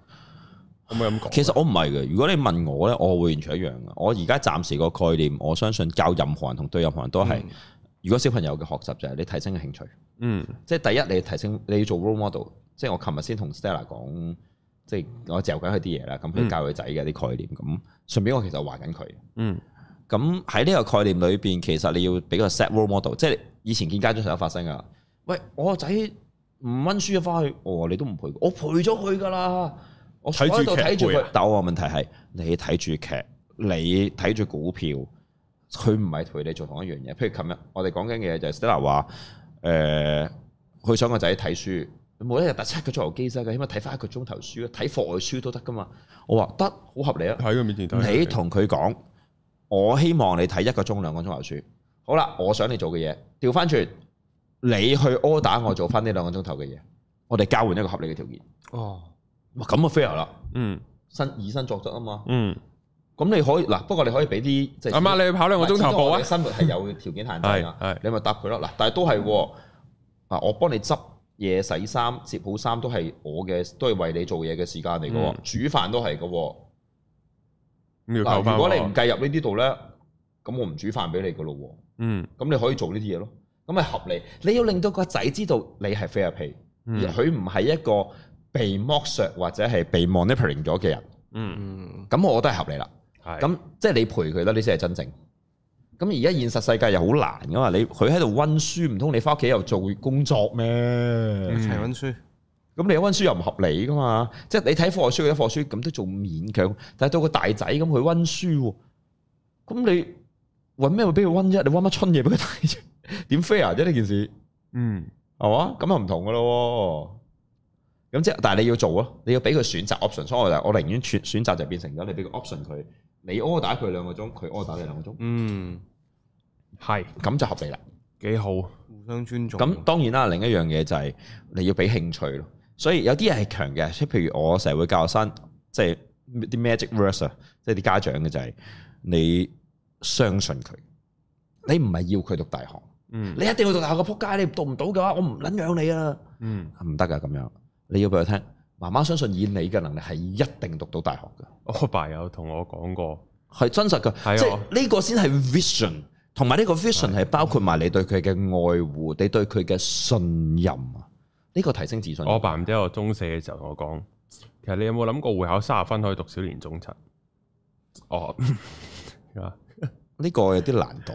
可唔可以咁講？
其實我唔係嘅，如果你問我呢，我會完全一樣嘅。我而家暫時個概念，我相信教任何人同對任何人都係，如果小朋友嘅學習就係你提升嘅興趣。
嗯
即係第一，你提升你要做 role model。即係我琴日先同 Stella 講，即係我嚼緊佢啲嘢啦，咁佢教佢仔嘅啲概念，咁順便我其實話緊佢。
嗯
咁喺呢個概念裏邊，其實你要俾個 set role model，即係以前見家長成日發生噶。喂，我個仔唔温書啊，翻去，哦，你都唔陪佢，我陪咗佢噶啦，我坐喺度睇
睇住
住
劇陪
佢
啊。
但我話問題係，你睇住劇，你睇住股票，佢唔係陪你做同一樣嘢。譬如琴日我哋講緊嘅嘢就係 Stella 呃話，誒、佢想個仔睇書，每一日得七個鐘頭機啫，起碼睇翻一個鐘頭書，睇課外書都得噶嘛。我話得，好合理啊！
喺佢面前睇。
你同佢講，我希望你睇一個鐘兩個鐘頭書。好啦，我想你做嘅嘢，調翻轉，你去 order 我做翻呢兩個鐘頭嘅嘢，我哋交換一個合理嘅條件。
哦，
哇，咁啊 fair 啦，
嗯
身以身作則啊嘛。
嗯，
咁你可以嗱，不過你可以俾啲即係
阿媽你去跑兩個鐘頭步啊
你！生活係有條件限制
係
㗎
係，
你咪答佢咯。嗱，但係都係喎啊，我幫你執嘢、洗衫、摺好衫都係我嘅，都係為你做嘢嘅時間嚟嘅喎
嗯。
煮飯都係嘅喎。
咁要
嗱，
扣翻。
如果你唔計入呢啲度咧，咁我唔煮飯俾你嘅咯喎。
嗯
咁你可以做呢啲嘢咯。咁咪合理。你要令到個仔知道你係 fair pay，而
嗯
佢唔係一個被剝削或者係被 monitoring 咗嘅人。
嗯，
嗯，
咁我覺得係合理啦。
係
咁即係你陪佢啦，呢先係真正。咁而家現實世界又好難噶嘛，你佢喺度温書，唔通你翻屋企又做工作咩？
一齊温書，
咁你温書又唔合理噶嘛？即係你睇課外書，佢睇課外書咁都仲勉強，但係到個大仔咁佢温書喎，咁你揾咩會俾佢温啫？你温乜春嘢俾佢睇啫？ 點 fair 啫呢件事
嗯
係嘛？咁又唔同噶咯喎。咁即係，但係你要做咯，你要俾佢選擇 option，所以我就我寧願選選擇就變成咗你俾個 option 佢，你 order 佢兩個鐘，佢 order 你兩個鐘，
嗯， 음.
係
咁就合理啦。
幾好。
互相尊重。
咁當然啦，另一樣嘢就係你要俾興趣咯。所以有啲人係強嘅，即係譬如我成日會教學生，即係啲 magic words 啊，即係啲家長嘅就係、你相信佢，你唔係要佢讀大學，
嗯
你一定要讀大學嘅撲街，你讀唔到嘅話，我唔撚養你啊！
嗯，
唔得噶咁樣，你要俾佢聽，媽媽相信以你嘅能力係一定讀到大學嘅，
我爸有同我講過，
係真實
係
嘅，
啊
即係呢個先係 vision，同埋呢個 vision 係包括埋你對佢嘅愛護，你對佢嘅信任啊，呢個提升自信。
我爸唔知我中四嘅時候同我講，其實你有冇諗過會考三十分可以讀小年中七？哦，啊
呢個有啲難 度，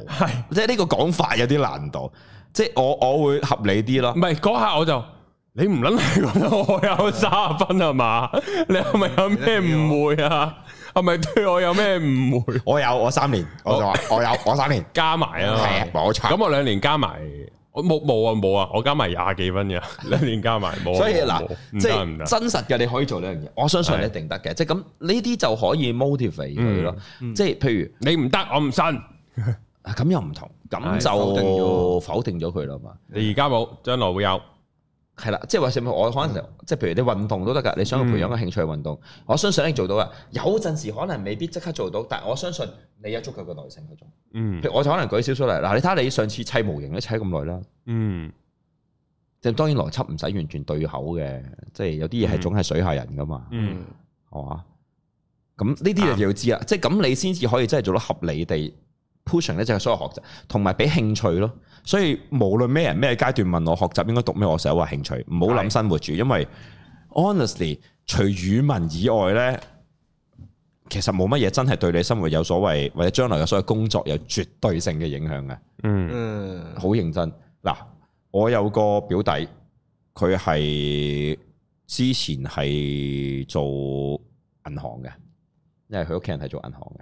即係呢個講法有啲難度，即係我我會合理啲咯
唔。係嗰下我就你唔撚係覺得我有三十分係嘛？你係咪有咩誤會啊？係咪對我有咩誤會？
我有我三年，我就話我有我三年，
加埋嗯哦啊
係啊
嘛，
冇錯。
咁我兩年加埋。我冇冇啊冇啊！我加埋廿幾分嘅， 兩年加埋冇啊。
所以
冇啊
嗱
冇啊，唔
即
得唔得
係，真實嘅，你可以做呢樣嘢，我相信你
係
一定得嘅。即係咁，呢啲就可以 motivate 佢咯。
嗯
即係譬如
你唔得我唔信。
啊咁又唔同，咁
係
就否定咗佢啦嘛。
你而家冇，將來會有。
係啦，即係話甚至我可能就即係譬如你運動都得㗎，你想去培養個興趣運動，我相信你做到嘅。有陣時可能未必即刻做到，但我相信你有足夠嘅耐性去做。
嗯
譬如我就可能舉少少例，嗱，你睇下你上次砌模型都砌咁耐啦。
嗯
即係當然邏輯唔使完全對口嘅，即係有啲嘢係總係水下人噶嘛。
嗯，
음.
係嘛？咁呢啲你就要知啊啦，即係咁你先至可以真係做到合理地 pushing 呢就係所有學習，同埋俾興趣咯。所以無論咩人咩階段問我學習應該讀咩，我成日話興趣，唔好諗生活住，因為 honestly 除語文以外呢，其實冇乜嘢真係對你生活有所謂，或者將來嘅所有工作有絕對性嘅影響嘅。
嗯
嗯，
好認真。嗱，我有個表弟，佢係之前係做銀行嘅，因為佢屋企人係做銀行嘅。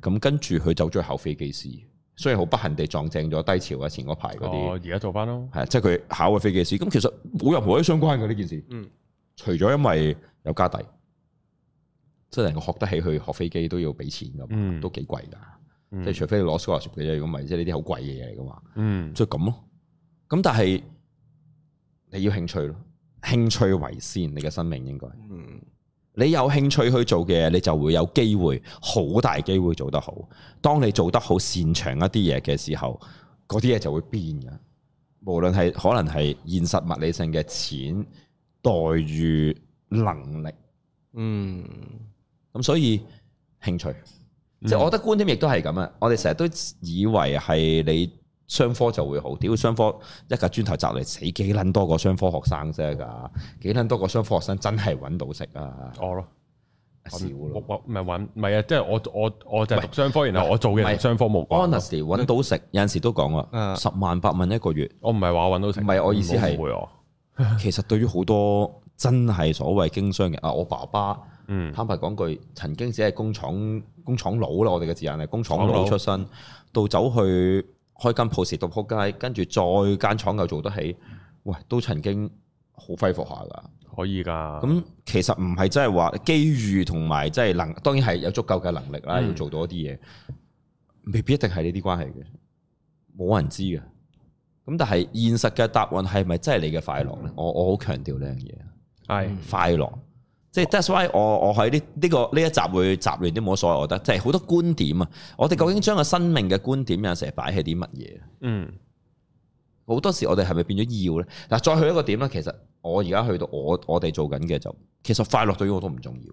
咁跟住佢走咗去考飛機師，雖然好不幸地撞正咗低潮啊，前嗰排嗰
哦，
啲
而家做翻咯。
係即係佢考嘅飛機師。咁其實冇任何啲相關嘅呢件事，
嗯，
除咗因為有家底，即係能夠學得起去學飛機都要俾錢咁，
嗯
都幾貴㗎。
嗯
即係除非你攞 scholarship 嘅啫，如果唔係，即係呢啲好貴嘅嘢嚟㗎嘛。
嗯
即係咁咯。咁但係你要興趣咯，興趣為先，你嘅生命應該。
嗯，
你有興趣去做嘅，你就會有機會，好大機會做得好。當你做得好擅長一啲嘢嘅時候，嗰啲嘢就會變嘅。無論係可能係現實物理性嘅錢、待遇、能力，
嗯，
咁所以興趣，
嗯
即係我覺得觀點亦都係咁啊！我哋成日都以為係你商科就會好，屌商科一架磚頭砸嚟死幾撚多個商科學生啫㗎，幾撚多個商科學生真係揾到食啊？
我哦咯，
少
我
咯
我唔係揾，唔係啊，即係我我我就係
喂
讀商科，然後我做啊嘅
唔係
同商科冇關咯。
，honestly 揾到食有陣時都講啦，
嗯
十萬八蚊一個月，
我唔係話揾到食，
唔係我意思係
會我，
其實對於好多真係所謂經商嘅啊，我爸爸。
嗯
坦白講句，曾經只係工廠工廠佬啦，我哋嘅字眼係工廠
廠佬
佬出身，到走去開間鋪，蝕到撲街，跟住再間廠又做得起，喂，都曾經好揮霍下噶。
可以噶。
咁其實唔係真係話機遇同埋即係能，當然係有足夠嘅能力啦，
嗯
要做到一啲嘢，未必一定係呢啲關係嘅，冇人知嘅。咁但係現實嘅答案係咪真係你嘅快樂
嗯
咧？我我好強調呢樣嘢。
系
快樂。即係 that's why 我我喺呢呢個呢一集會雜亂啲冇所謂，我覺得即係好多觀點啊！我哋究竟將個生命嘅觀點有時係擺喺啲乜嘢？
嗯
好多時我哋係咪變咗要呢？嗱，再去一個點啦，其實我而家去到我我哋做緊嘅就，其實快樂對於我都唔重要。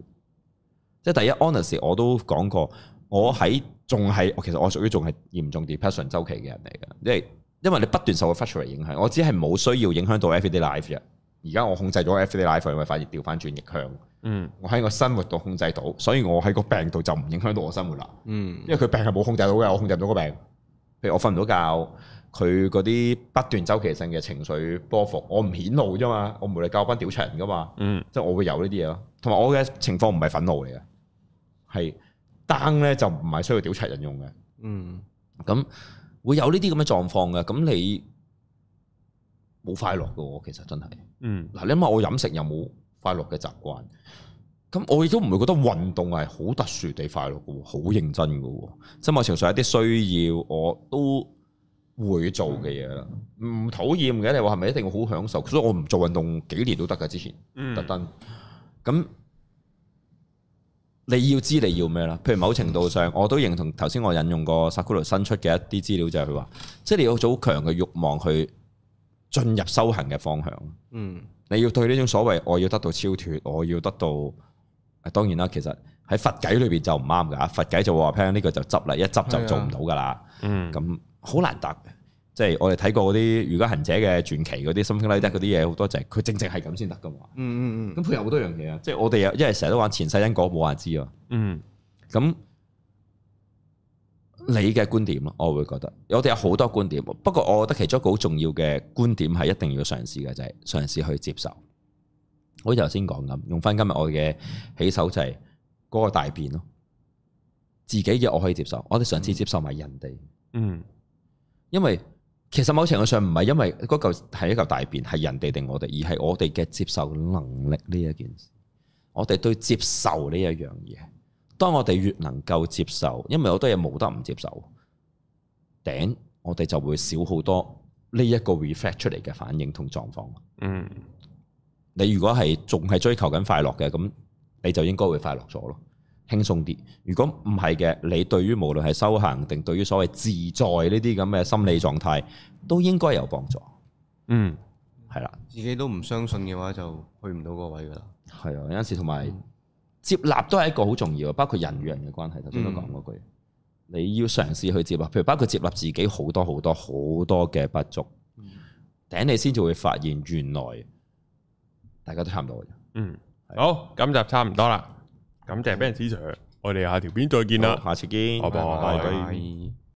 即係第一 h o n e s t 我都講過，我喺仲係，其實我屬於仲係嚴重 depression 周期嘅人嚟嘅，因為因為你不斷受個 f u t u r e 影響，我只係冇需要影響到 everyday life 啫。而家我控制咗 everyday life，因為反而調翻轉逆向。
嗯
我喺個生活度控制到，所以我喺個病度就唔影響到我生活啦。
嗯
因為佢病係冇控制到嘅，我控制唔到個病。譬如我瞓唔到覺，佢嗰啲不斷周期性嘅情緒波幅，我唔顯露啫嘛，我唔會嚟教班屌柒人噶嘛，
嗯
即係我會有呢啲嘢咯。同埋我嘅情況唔係憤怒嚟嘅，係 down 咧就唔係需要屌柒人用嘅。
嗯
咁會有呢啲咁嘅狀況嘅，咁你冇快樂嘅喎，其實真係。
嗯
嗱，你諗下我飲食有冇快樂嘅習慣？咁我亦都唔會覺得運動係好特殊地快樂嘅喎，好認真嘅喎，即係某程度上一啲需要我都會做嘅嘢啦，唔討厭嘅。你話係咪一定要好享受？所以我唔做運動幾年都得㗎，之前
嗯
特登。咁你要知你要咩啦？譬如某程度上，我都認同頭先我引用過 Sakura 新出嘅一啲資料，就係佢話，即係你有好強嘅慾望去進入修行嘅方向。
嗯
你要對呢種所謂我要得到超脱，我要得到，啊當然啦，其實喺佛偈裏邊就唔啱㗎，佛偈就話俾你聽呢個就執啦，一執就做唔到㗎啦，
嗯
咁好難答嘅。即係我哋睇過嗰啲瑜伽行者嘅傳奇嗰啲心經拉得嗰啲嘢，好多就係佢正正係咁先得㗎嘛。
嗯嗯
咁佢有好多樣嘢啊，即係我哋有，因為成日都玩前世因果冇人知啊。
嗯
咁你嘅觀點咯，我會覺得我哋有好多觀點，不過我覺得其中一個好重要嘅觀點係一定要嘗試嘅，就係、嘗試去接受。好似頭先講咁，用翻今日我嘅起手就係嗰個大變咯，自己嘅我可以接受，我哋嘗試接受埋人哋，
嗯
因為其實某程度上唔係因為嗰嚿係一嚿大便係人哋定我哋，而係我哋嘅接受能力呢一件事。我哋對接受呢一樣嘢，當我哋越能夠接受，因為好多嘢冇得唔接受，頂我哋就會少好多呢一個 reflect 出嚟嘅反應同狀況。
嗯
你如果係仲係追求緊快樂嘅，咁你就應該會快樂咗咯，輕鬆啲。如果唔係嘅，你對於無論係修行定對於所謂自在呢啲咁嘅心理狀態，都應該有幫助。
嗯
係啦，
自己都唔相信嘅話，就去唔到嗰位噶啦。
係啊，有陣時同埋接納都係一個好重要嘅，包括人與人嘅關係。頭先都講嗰句，你要嘗試去接納，譬如包括接納自己好多好多好多嘅不足，頂你先至會發現原來大家都差唔多嘅。
嗯，好，今集差唔多啦，感謝 Ben Sir，我哋下條片再見啦。
好下次見，
拜拜
拜拜。